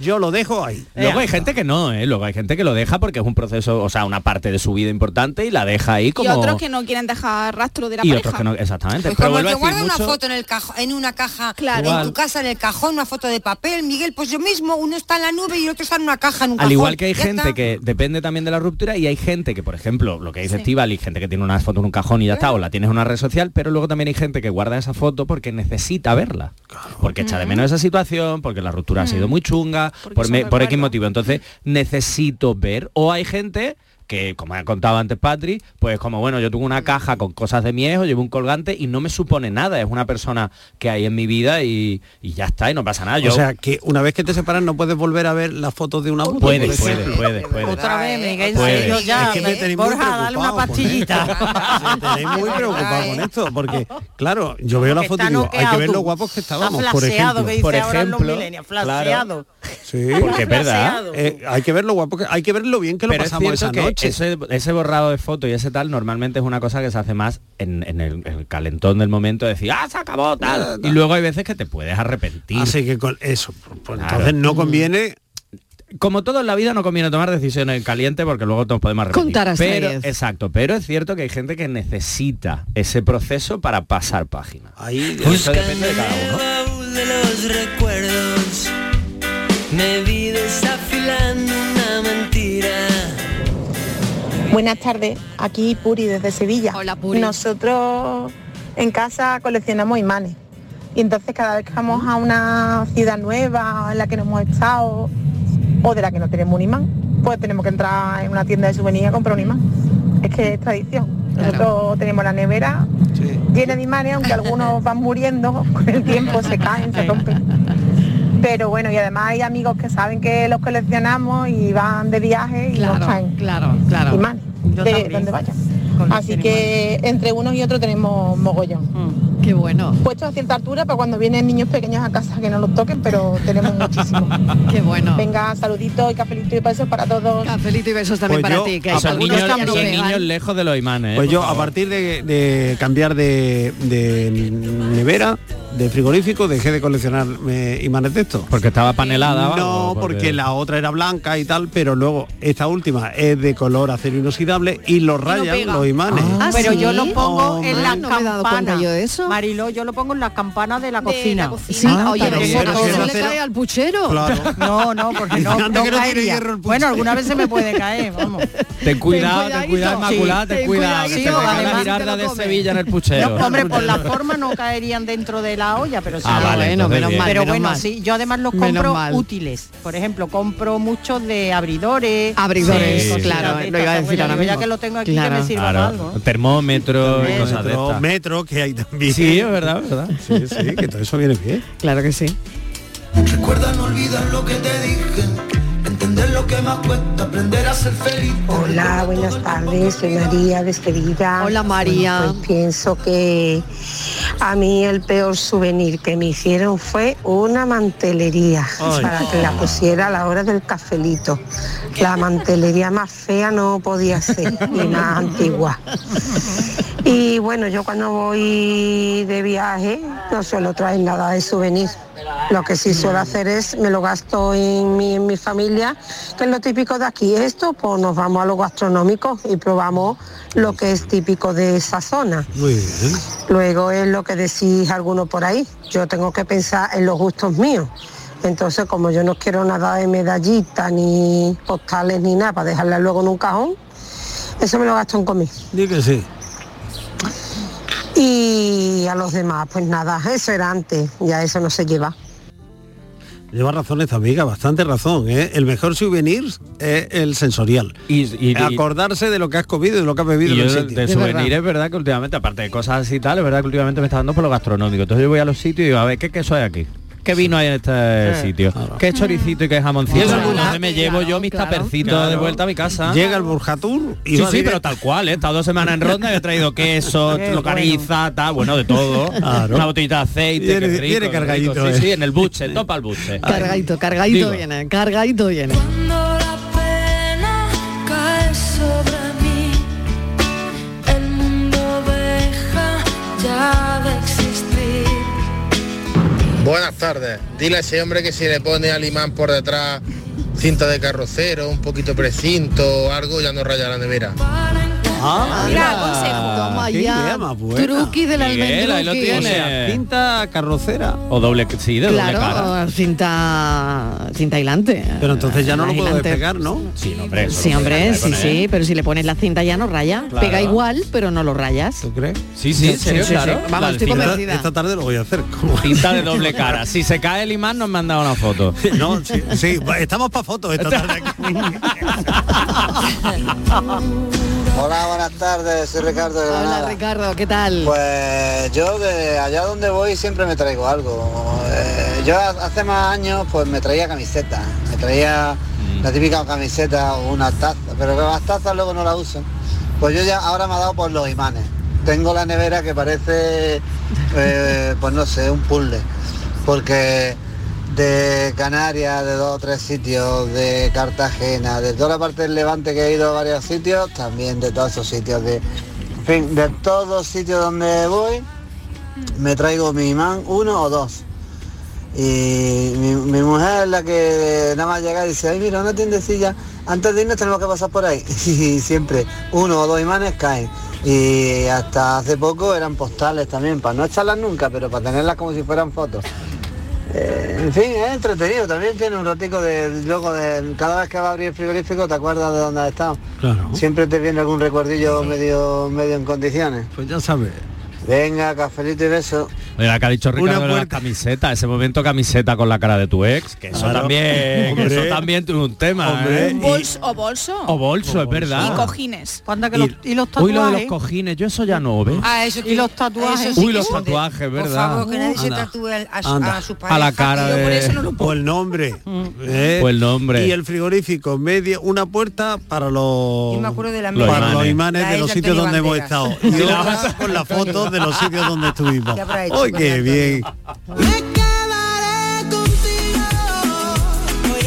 Speaker 3: Yo lo dejo ahí.
Speaker 4: Luego hay gente que no, ¿eh? Luego hay gente que lo deja porque es un proceso, o sea, una parte de su vida importante y la deja ahí como...
Speaker 7: Y otros que no quieren dejar rastro de la
Speaker 4: y
Speaker 7: pareja.
Speaker 4: otros que no- exactamente.
Speaker 6: Pues
Speaker 4: Pero
Speaker 6: como el
Speaker 4: vuelvo a
Speaker 6: que
Speaker 4: decir,
Speaker 6: guarda una
Speaker 4: mucho-
Speaker 6: foto en el cajo- en una caja,
Speaker 4: Claro.
Speaker 6: en
Speaker 4: Igual.
Speaker 6: tu casa, en el cajón, una foto de papel, Miguel, pues yo mismo, uno está en la nube y el otro está en una caja, en un
Speaker 4: Al
Speaker 6: cajón.
Speaker 4: igual que hay
Speaker 6: Ya
Speaker 4: gente
Speaker 6: está.
Speaker 4: que depende también de la ruptura y hay gente que, por ejemplo, lo que dice Estival, y gente que tiene una foto en un cajón y ya está, o la tienes en una red social, pero luego también hay gente que guarda esa foto porque necesita verla. Porque echa de menos esa situación, porque la ruptura ha sido muy chunga, por, me- por X motivo. Entonces, necesito ver. O hay gente que, como ha contado antes Patri, pues como, bueno, yo tuve una caja con cosas de mi hijo, llevo un colgante y no me supone nada. Es una persona que hay en mi vida y, y ya está, y no pasa nada. Ah, Yo,
Speaker 3: O sea, que una vez que te separas no puedes volver a ver las fotos de una boda.
Speaker 4: puede,
Speaker 3: por
Speaker 4: puede,
Speaker 3: ejemplo.
Speaker 4: puede, puede.
Speaker 5: Otra vez, Miguel,
Speaker 3: Puede.
Speaker 5: serio, ya.
Speaker 3: eh, pues,
Speaker 5: eh,
Speaker 3: Es que me tenéis muy
Speaker 5: Borja, dale una pastillita.
Speaker 3: Estoy muy preocupado con esto, porque, claro, yo veo la
Speaker 5: Que
Speaker 3: foto y
Speaker 5: está
Speaker 3: digo, hay que
Speaker 5: noqueado
Speaker 3: ver
Speaker 5: tú.
Speaker 3: lo guapos que estábamos,
Speaker 5: Está
Speaker 3: por
Speaker 5: flaseado,
Speaker 3: ejemplo.
Speaker 5: que dice
Speaker 3: por
Speaker 5: ahora los
Speaker 3: ejemplo,
Speaker 5: millennials,
Speaker 3: claro.
Speaker 5: flaseado.
Speaker 3: Sí,
Speaker 4: Porque es verdad.
Speaker 3: Eh, hay que ver lo guapo que, hay que ver lo bien que lo
Speaker 4: Pero es
Speaker 3: pasamos
Speaker 4: cierto
Speaker 3: esa
Speaker 4: que
Speaker 3: noche.
Speaker 4: Ese, ese borrado de foto y ese tal normalmente es una cosa que se hace más en, en el, en el calentón del momento, decir, ah, se acabó, tal. Y luego hay veces que te puedes arrepentir.
Speaker 3: Así que con eso, pues, entonces no conviene.
Speaker 4: Como todo en la vida no conviene tomar decisiones en caliente porque luego nos podemos arrepentir.
Speaker 2: Contar hasta
Speaker 4: pero,
Speaker 2: diez.
Speaker 4: Exacto, pero es cierto que hay gente que necesita ese proceso para pasar página. Pues
Speaker 3: Ahí
Speaker 4: Y eso depende de cada
Speaker 16: En
Speaker 4: uno.
Speaker 16: el baúl de los recuerdos me vi desafilando una mentira.
Speaker 28: Buenas tardes, aquí Puri desde Sevilla. Hola Puri. Nosotros en casa coleccionamos imanes y entonces cada vez que vamos a una ciudad nueva en la que no hemos estado o de la que no tenemos un imán, pues tenemos que entrar en una tienda de souvenirs a comprar un imán. Es que es tradición. Nosotros tenemos la nevera llena de imanes, aunque algunos van muriendo con el tiempo, se caen, se rompen. Pero bueno, y además hay amigos que saben que los coleccionamos y van de viaje y nos traen
Speaker 2: Claro, claro.
Speaker 28: imanes de donde vaya.
Speaker 2: Ah,
Speaker 28: Así que entre unos y otros tenemos mogollón.
Speaker 2: Mm. Qué bueno.
Speaker 28: Puestos a cierta altura para cuando vienen niños pequeños a casa que no los toquen, pero tenemos muchísimo.
Speaker 2: Qué bueno.
Speaker 28: Venga, saluditos y cafelito y besos para todos.
Speaker 2: Cafelito y besos también
Speaker 4: Pues
Speaker 2: para
Speaker 4: yo,
Speaker 2: ti, que
Speaker 4: a esos
Speaker 2: algunos
Speaker 4: niños,
Speaker 2: también
Speaker 4: esos
Speaker 2: pegan.
Speaker 4: niños lejos de los imanes. ¿eh?
Speaker 3: Pues
Speaker 4: Por
Speaker 3: yo, a
Speaker 4: favor.
Speaker 3: partir de, de cambiar de, de nevera, de frigorífico, dejé de coleccionar eh, imanes de estos.
Speaker 4: Porque estaba panelada. o
Speaker 3: No,
Speaker 4: algo,
Speaker 3: porque la otra era blanca y tal, pero luego esta última es de color acero inoxidable y los rayan
Speaker 5: pega.
Speaker 3: los imanes.
Speaker 5: Ah, Pero yo lo pongo en la
Speaker 2: no me he dado
Speaker 5: campana.
Speaker 2: cuenta yo
Speaker 5: Mariló, yo lo pongo en la campana de la cocina.
Speaker 2: Sí, oye, Ah, pero eso
Speaker 5: pero
Speaker 2: no
Speaker 5: si
Speaker 2: se
Speaker 5: es
Speaker 2: le
Speaker 5: acero-
Speaker 2: cae al puchero.
Speaker 3: Claro.
Speaker 5: No, no, porque no,
Speaker 2: Anda
Speaker 5: no
Speaker 2: que no tiene
Speaker 5: caería.
Speaker 2: hierro el puchero.
Speaker 5: Bueno, alguna vez se me puede caer, vamos.
Speaker 4: Ten cuidado, ten cuidado,
Speaker 5: cuidadito.
Speaker 4: Inmaculada, ten
Speaker 5: Sí,
Speaker 4: cuidado. Que
Speaker 5: ten
Speaker 4: se me
Speaker 5: cuidadito,
Speaker 4: cae la
Speaker 5: además te lo
Speaker 4: girarda de
Speaker 5: comes.
Speaker 4: Sevilla en el puchero.
Speaker 5: No, hombre, por la forma no caerían dentro de la olla, pero sí.
Speaker 4: Ah, vale,
Speaker 5: bueno,
Speaker 4: entonces
Speaker 5: menos
Speaker 4: bien.
Speaker 5: mal. Pero
Speaker 4: menos
Speaker 5: bueno,
Speaker 4: mal.
Speaker 5: sí, yo además los
Speaker 2: Menos
Speaker 5: compro
Speaker 2: mal.
Speaker 5: útiles. Por ejemplo, compro muchos de abridores.
Speaker 2: Abridores,
Speaker 5: cositas
Speaker 2: claro,
Speaker 5: de
Speaker 2: lo iba a
Speaker 5: estas,
Speaker 2: decir
Speaker 5: bueno,
Speaker 2: ahora
Speaker 5: digo, Ya
Speaker 2: mismo.
Speaker 5: que lo tengo aquí, que
Speaker 2: Claro.
Speaker 5: me sirva
Speaker 4: Claro,
Speaker 5: para algo.
Speaker 4: termómetro y cosas de
Speaker 3: Metro,
Speaker 4: estas.
Speaker 3: metro que hay también.
Speaker 4: Sí, es verdad, es verdad.
Speaker 3: Sí, sí, que todo eso viene bien.
Speaker 2: Claro que sí.
Speaker 11: Recuerdan, olvidan lo que te dije. Entender lo que más cuesta, aprender a ser feliz.
Speaker 25: Hola, buenas tardes, soy María de Sevilla. Hola
Speaker 2: María.
Speaker 25: pienso que a mí el peor souvenir que me hicieron fue una mantelería
Speaker 12: Ay.
Speaker 25: para que la pusiera a la hora del cafelito. La mantelería más fea no podía ser y más antigua. Y bueno, yo cuando voy de viaje no suelo traer nada de souvenir. Lo que sí suelo hacer es, me lo gasto en mi, en mi familia, que es lo típico de aquí. Esto, pues nos vamos a lo gastronómico y probamos lo que es típico de esa zona.
Speaker 3: Muy bien.
Speaker 25: Luego es lo que decís alguno por ahí. Yo tengo que pensar en los gustos míos. Entonces, como yo no quiero nada de medallita, ni postales, ni nada, para dejarla luego en un cajón, eso me lo gasto en comer.
Speaker 3: Dí que sí.
Speaker 25: Y a los demás, pues nada, eso era antes, ya eso no se lleva.
Speaker 3: Lleva razón esta amiga, bastante razón. ¿eh? El mejor souvenir es el sensorial.
Speaker 4: Y, y-
Speaker 3: acordarse de lo que has comido y de lo que has bebido
Speaker 4: Y
Speaker 3: en
Speaker 4: yo
Speaker 3: el
Speaker 4: de,
Speaker 3: sitio.
Speaker 4: de souvenir es verdad que últimamente, aparte de cosas así y tal, es verdad que últimamente me está dando por lo gastronómico. Entonces yo voy a los sitios y digo, a ver, ¿qué queso hay aquí? ¿Qué vino hay en este
Speaker 3: Sí.
Speaker 4: sitio? ¿Qué choricito y qué jamoncito?
Speaker 3: Y eso es
Speaker 4: Entonces
Speaker 3: burjati,
Speaker 4: pues, me llevo yo mis tapercitos de
Speaker 3: Claro.
Speaker 4: vuelta a mi casa.
Speaker 3: Llega el Burjatur y
Speaker 4: sí,
Speaker 3: va
Speaker 4: sí,
Speaker 3: directo.
Speaker 4: pero tal cual, ¿eh? he estado dos semanas en ronda y he traído queso,
Speaker 3: Qué
Speaker 4: locariza, tal, bueno, de todo.
Speaker 3: Claro.
Speaker 4: Una botellita de aceite,
Speaker 3: Viene-
Speaker 4: qué rico,
Speaker 3: viene
Speaker 4: qué rico.
Speaker 3: cargadito,
Speaker 4: Sí, sí,
Speaker 3: eh.
Speaker 4: en el buche, topa el buche.
Speaker 2: Cargadito, cargadito
Speaker 4: Digo.
Speaker 2: viene, cargadito viene.
Speaker 10: Cuando la pena cae sobre mí, el mundo deja ya de existir.
Speaker 12: Buenas tardes. Dile a ese hombre que si le pone al imán por detrás cinta de carrocero, un poquito precinto, algo, ya no raya la nevera.
Speaker 2: Toma
Speaker 3: qué
Speaker 2: ya.
Speaker 3: idea más buena.
Speaker 2: Truqui del
Speaker 4: Miguel, ahí lo
Speaker 2: almendruqui.
Speaker 4: tiene.
Speaker 3: O sea, cinta carrocera.
Speaker 4: O doble, sí, de doble cara.
Speaker 2: Claro, cinta, cinta aislante.
Speaker 3: Pero entonces ya no lo
Speaker 2: Más
Speaker 3: puedo
Speaker 2: aislante.
Speaker 3: despegar, ¿no?
Speaker 4: Sí, hombre. eso
Speaker 2: Sí,
Speaker 4: no
Speaker 2: hombre,
Speaker 4: tiene
Speaker 2: sí,
Speaker 4: nada que ver.
Speaker 2: sí, pero si le pones la cinta ya no raya.
Speaker 4: Claro.
Speaker 2: Pega igual, pero no lo rayas.
Speaker 3: ¿Tú crees?
Speaker 4: Sí, sí, en serio, claro.
Speaker 2: Vamos,
Speaker 4: Vale,
Speaker 2: estoy
Speaker 4: cinta-
Speaker 2: convencida.
Speaker 3: Esta tarde lo voy a hacer.
Speaker 4: Cinta de doble cara. Si se cae el imán nos manda una foto.
Speaker 3: No, sí, sí, estamos para fotos esta tarde.
Speaker 29: Hola, buenas tardes, soy Ricardo de Granada.
Speaker 2: Hola Ricardo, ¿qué tal?
Speaker 29: Pues yo de allá donde voy siempre me traigo algo. Eh, yo ha- hace más años pues me traía camiseta, me traía la típica camiseta o una taza, pero que las tazas luego no la uso. Pues yo ya ahora me ha dado por los imanes. Tengo la nevera que parece, eh, pues no sé, un puzzle, porque de Canarias, de dos o tres sitios, de Cartagena, de toda la parte del Levante que he ido a varios sitios, también de todos esos sitios de, en fin, de todos sitios donde voy, me traigo mi imán, uno o dos. Y mi, mi mujer es la que nada más llega y dice, ay mira, una tiendecilla, antes de irnos tenemos que pasar por ahí. Y siempre uno o dos imanes caen. Y hasta hace poco eran postales también, para no echarlas nunca, pero para tenerlas como si fueran fotos. Eh, en fin, es entretenido, también tiene un ratico de luego de cada vez que va a abrir el frigorífico te acuerdas de dónde has estado. Siempre te viene algún recuerdillo medio, medio en condiciones.
Speaker 3: Pues ya sabes.
Speaker 29: Venga, cafelito y beso.
Speaker 4: Oye, la que ha dicho Ricardo
Speaker 29: Una
Speaker 4: de la camiseta, ese momento camiseta con la cara de tu ex, que eso
Speaker 3: Claro.
Speaker 4: también, que
Speaker 3: Hombre.
Speaker 4: eso también es un tema. ¿eh?
Speaker 7: Un bols- o bolso.
Speaker 4: O bolso, es verdad.
Speaker 7: Y cojines.
Speaker 4: Y- Uy, lo de los cojines, yo eso ya no, ¿ves?
Speaker 17: Ah,
Speaker 6: y los
Speaker 4: tatuajes. Uy, los tatuajes,
Speaker 6: Por
Speaker 4: ¿verdad?
Speaker 6: favor, que nadie se
Speaker 4: Anda.
Speaker 6: tatúe al- a, su-
Speaker 3: Anda.
Speaker 6: a su pareja. Yo por eso no lo Mm.
Speaker 3: o el nombre. ¿eh?
Speaker 4: O el nombre.
Speaker 3: Y el frigorífico, medio, una puerta para los,
Speaker 6: Yo me acuerdo de la
Speaker 3: para
Speaker 6: mía.
Speaker 3: los imanes
Speaker 6: La
Speaker 3: de
Speaker 6: es
Speaker 3: los
Speaker 6: de
Speaker 3: sitios
Speaker 6: Antonio
Speaker 3: donde hemos
Speaker 6: Banderas.
Speaker 3: estado. Y otra con las fotos de los sitios donde estuvimos.
Speaker 6: ¿Qué habrá hecho
Speaker 3: ¡Ay,
Speaker 6: con
Speaker 3: qué bien!
Speaker 10: Voy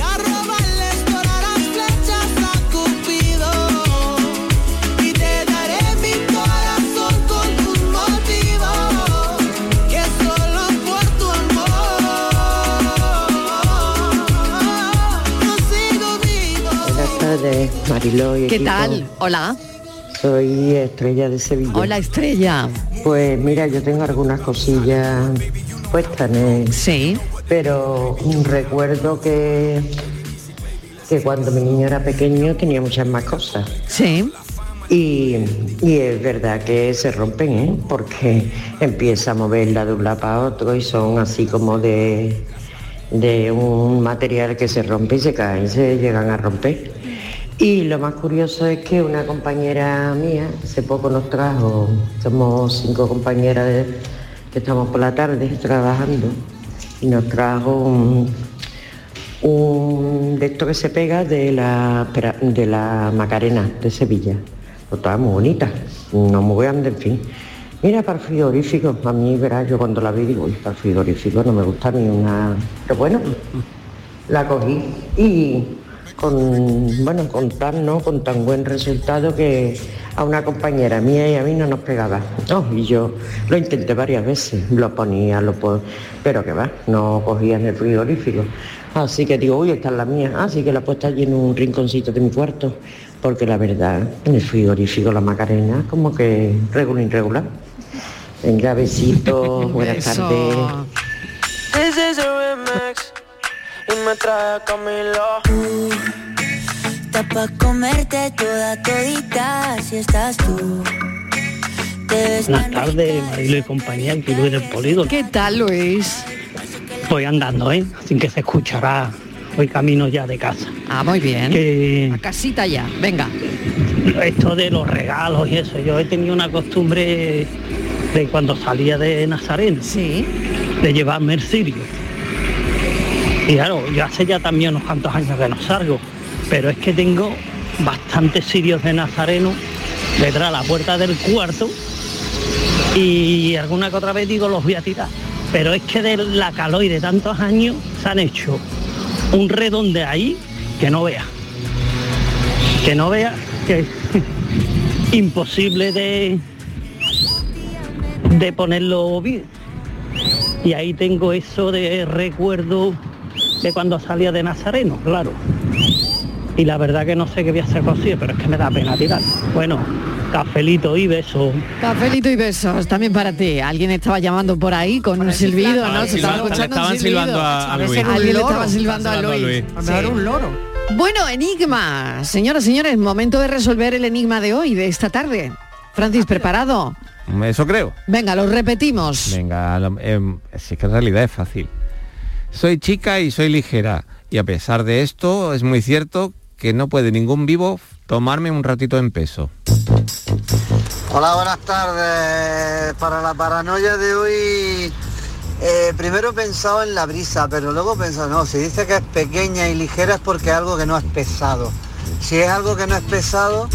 Speaker 10: a robarle explorar las flechas a Cupido y te daré mi corazón con tus motivos que solo por tu amor no sigo vivo.
Speaker 18: Buenas tardes, Mariló y
Speaker 2: ¿Qué
Speaker 18: equipo.
Speaker 2: tal? Hola.
Speaker 18: Soy Estrella de Sevilla.
Speaker 2: Hola, Estrella.
Speaker 18: Pues mira, yo tengo algunas cosillas puestas en el- Pero mm, recuerdo que que cuando mi niño era pequeño tenía muchas más cosas.
Speaker 2: Sí.
Speaker 18: Y, y es verdad que se rompen, ¿eh? porque empieza a moverla de un lado para otro y son así como de, de un material que se rompe y se cae, se llegan a romper. Y lo más curioso es que una compañera mía hace poco nos trajo, somos cinco compañeras de- que estamos por la tarde trabajando, y nos trajo un, un de esto que se pega de la, Espera- de la Macarena de Sevilla. Pues estaba muy bonita, no muy grande, en fin. Mira, para el frigorífico, a mí, verás, yo cuando la vi digo, "Uy, para el frigorífico no me gusta ni una... Pero bueno, la cogí y con, bueno, con tan, ¿no? con tan buen resultado que a una compañera mía y a mí no nos pegaba. No, y yo lo intenté varias veces, lo ponía, lo po- pero que va, no cogía en el frigorífico. Así que digo, uy, esta es la mía, así que la he puesto allí en un rinconcito de mi cuarto, porque la verdad, en el frigorífico la Macarena, como que regular irregular. Venga, besitos, buenas
Speaker 10: Beso.
Speaker 18: tardes.
Speaker 10: Ese es el remix y me trae a Camilo.
Speaker 17: Está pa' comerte toda todita si estás tú.
Speaker 30: Buenas tardes, Marilo y compañía, aquí Luis del Polígono.
Speaker 2: ¿Qué tal, Luis?
Speaker 30: Voy andando, ¿eh? Sin que se escuchará. Voy camino ya de casa.
Speaker 2: Ah, muy bien.
Speaker 30: Que
Speaker 2: Casita ya, venga.
Speaker 30: esto de los regalos y eso, yo he tenido una costumbre de cuando salía de Nazareno, de llevarme el cirio. Y claro, yo hace ya también unos cuantos años que no salgo, pero es que tengo bastantes sirios de Nazareno detrás de la puerta del cuarto y alguna que otra vez digo los voy a tirar. Pero es que de la calor y de tantos años se han hecho un redonde ahí que no vea. Que no vea que es imposible de, de ponerlo bien. Y ahí tengo eso de recuerdo de cuando salía de Nazareno, claro. Y la verdad que no sé qué voy a hacer con sí, pero es que me da pena tirar. Bueno, cafelito y beso.
Speaker 2: Cafelito y besos también para ti. Alguien estaba llamando por ahí con un silbido, ¿no? Se estaba
Speaker 4: Silbando- le
Speaker 2: escuchando
Speaker 4: estaban
Speaker 2: un silbido.
Speaker 4: silbando a, a
Speaker 2: Debe
Speaker 4: Luis.
Speaker 2: ser un Alguien le estaba silbando a
Speaker 4: Estaban
Speaker 2: Luis. Sí.
Speaker 4: Sí.
Speaker 2: Bueno, enigma. Señoras, señores, momento de resolver el enigma de hoy, de esta tarde. Francis, ¿preparado?
Speaker 17: Eso creo.
Speaker 2: Venga, lo repetimos.
Speaker 17: Venga, lo- em, si es que en realidad es fácil. Soy chica y soy ligera. Y a pesar de esto, es muy cierto que no puede ningún vivo tomarme un ratito en peso.
Speaker 29: Hola, buenas tardes. Para la paranoia de hoy, eh, primero he pensado en la brisa, pero luego he pensado, no, si dice que es pequeña y ligera es porque es algo que no es pesado. Si es algo que no es pesado,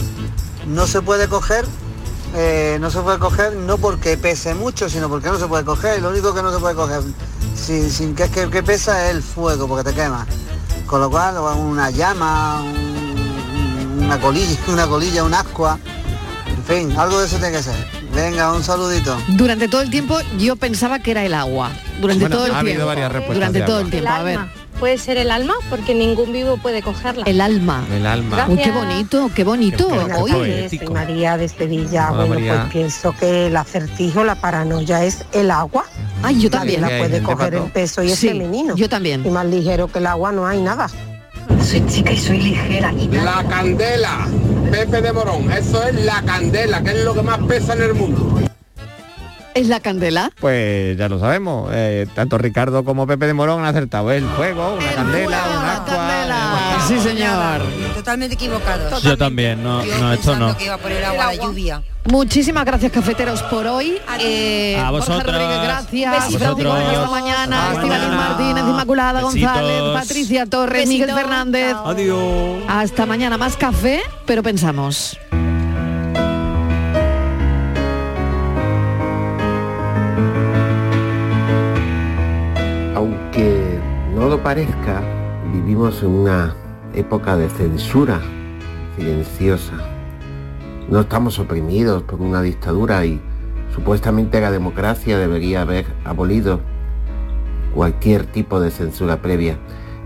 Speaker 29: no se puede coger, eh, no se puede coger, no porque pese mucho, sino porque no se puede coger. Lo único que no se puede coger sin, sin que, que, que pesa es el fuego, porque te quema. Con lo cual, una llama, un- una colilla, una colilla, un ascua. En fin, algo de eso tiene que ser. Venga, un saludito.
Speaker 2: Durante todo el tiempo yo pensaba que era el agua. Durante
Speaker 29: Bueno,
Speaker 2: todo el
Speaker 29: ha habido
Speaker 2: tiempo.
Speaker 29: varias respuestas
Speaker 2: Durante
Speaker 29: de
Speaker 2: todo el
Speaker 29: agua.
Speaker 2: tiempo,
Speaker 20: El
Speaker 2: a ver.
Speaker 20: alma. Puede ser el alma porque ningún vivo puede cogerla.
Speaker 2: El alma.
Speaker 17: El alma.
Speaker 2: Uy, qué bonito, Oh, qué bonito.
Speaker 17: Qué
Speaker 2: Hoy.
Speaker 17: poético.
Speaker 25: Soy María de Sevilla.
Speaker 17: Hola,
Speaker 25: bueno,
Speaker 17: María.
Speaker 25: pues pienso que el acertijo, la paranoia es el agua.
Speaker 2: Ay, yo
Speaker 25: Nadie
Speaker 2: también.
Speaker 25: La
Speaker 2: Sí, hay
Speaker 25: puede
Speaker 2: gente
Speaker 25: coger
Speaker 2: pato.
Speaker 25: en peso y es
Speaker 2: Sí,
Speaker 25: femenino.
Speaker 2: Yo también.
Speaker 25: Y más ligero que el agua no hay nada.
Speaker 22: Soy chica y soy ligera.
Speaker 23: La candela, Pepe de Morón, eso es la candela, que es lo que más pesa en el mundo.
Speaker 2: ¿Es la candela?
Speaker 17: Pues ya lo sabemos. eh, tanto Ricardo como Pepe de Morón han acertado el fuego, una candela, un agua. eh.
Speaker 2: sí, señor.
Speaker 6: Totalmente equivocados.
Speaker 4: Yo también, no, no, esto no.
Speaker 6: Que iba a poner agua de lluvia.
Speaker 2: Muchísimas gracias, cafeteros, por hoy. Eh,
Speaker 4: A
Speaker 2: Borja
Speaker 4: vosotros.
Speaker 2: Rodríguez, gracias.
Speaker 4: A vosotros.
Speaker 2: Francisco Jiménez, hasta mañana. Estibaliz Martínez, Inmaculada
Speaker 4: Besitos.
Speaker 2: González, Patricia Torres, Miguel Fernández.
Speaker 3: Adiós.
Speaker 2: Hasta mañana. Más café, pero pensamos.
Speaker 13: Aunque no lo parezca, vivimos en una época de censura silenciosa. No estamos oprimidos por una dictadura y supuestamente la democracia debería haber abolido cualquier tipo de censura previa.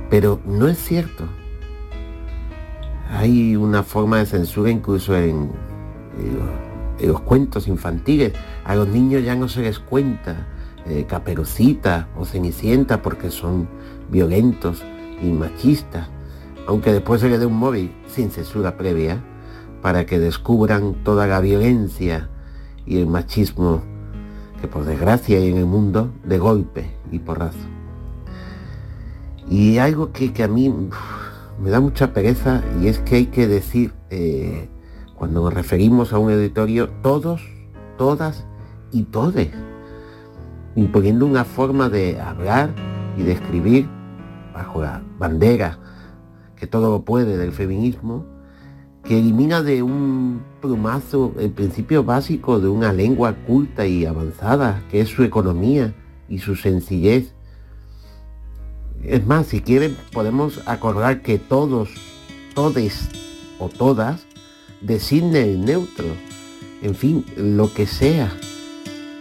Speaker 13: Pero no es cierto. Hay una forma de censura incluso en, en los- en los cuentos infantiles. A los niños ya no se les cuenta eh, Caperucita o Cenicienta porque son violentos y machistas, aunque después se le dé un móvil sin censura previa para que descubran toda la violencia y el machismo que por desgracia hay en el mundo de golpe y porrazo. Y algo que, que a mí uf, me da mucha pereza y es que hay que decir, eh, cuando nos referimos a un editorio, todos, todas y todes imponiendo una forma de hablar y de escribir bajo la bandera que todo lo puede del feminismo, que elimina de un plumazo el principio básico de una lengua culta y avanzada, que es su economía y su sencillez. Es más, si quieren podemos acordar que todos, todes o todas, designen el neutro, en fin, lo que sea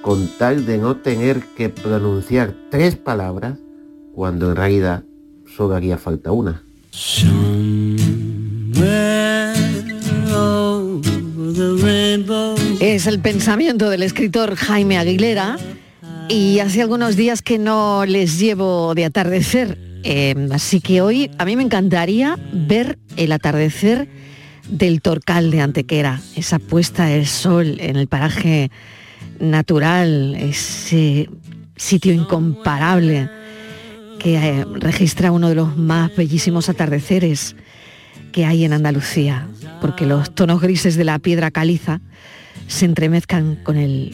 Speaker 13: con tal de no tener que pronunciar tres palabras cuando en realidad solo haría falta una.
Speaker 2: Es el pensamiento del escritor Jaime Aguilera y hace algunos días que no les llevo de Em, atardecer, eh, así que hoy a mí me encantaría ver el atardecer del Torcal de Antequera, esa puesta del sol en el paraje natural, ese sitio incomparable que eh, registra uno de los más bellísimos atardeceres que hay en Andalucía, porque los tonos grises de la piedra caliza se entremezcan con el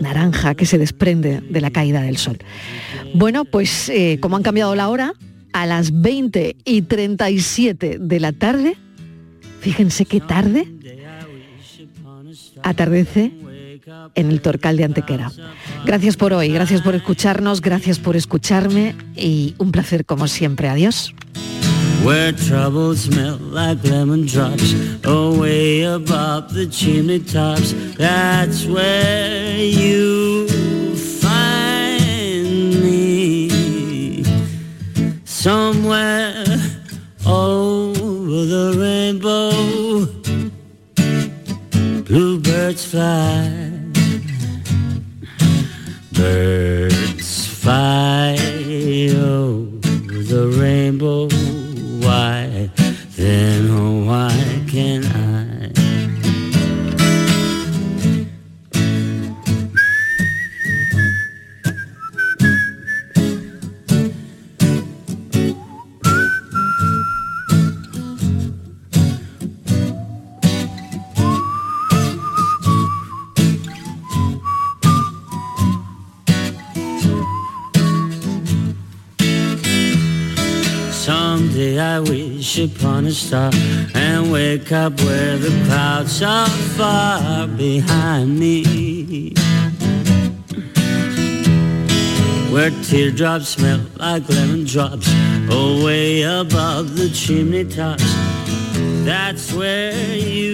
Speaker 2: naranja que se desprende de la caída del sol. Bueno, pues eh, como han cambiado la hora, a las 20 y 37 de la tarde, fíjense qué tarde, atardece en el Torcal de Antequera. Gracias por hoy, gracias por escucharnos, gracias por escucharme y un placer como siempre. Adiós.
Speaker 1: Where trouble smelled like lemon drops Away above the chimney tops That's where you find me Somewhere over the rainbow Bluebirds fly Birds fly over the rainbow Why then oh, why can I Someday I wish upon a star and wake up where the clouds are far behind me. Where teardrops smell like lemon drops away above the chimney tops. That's where you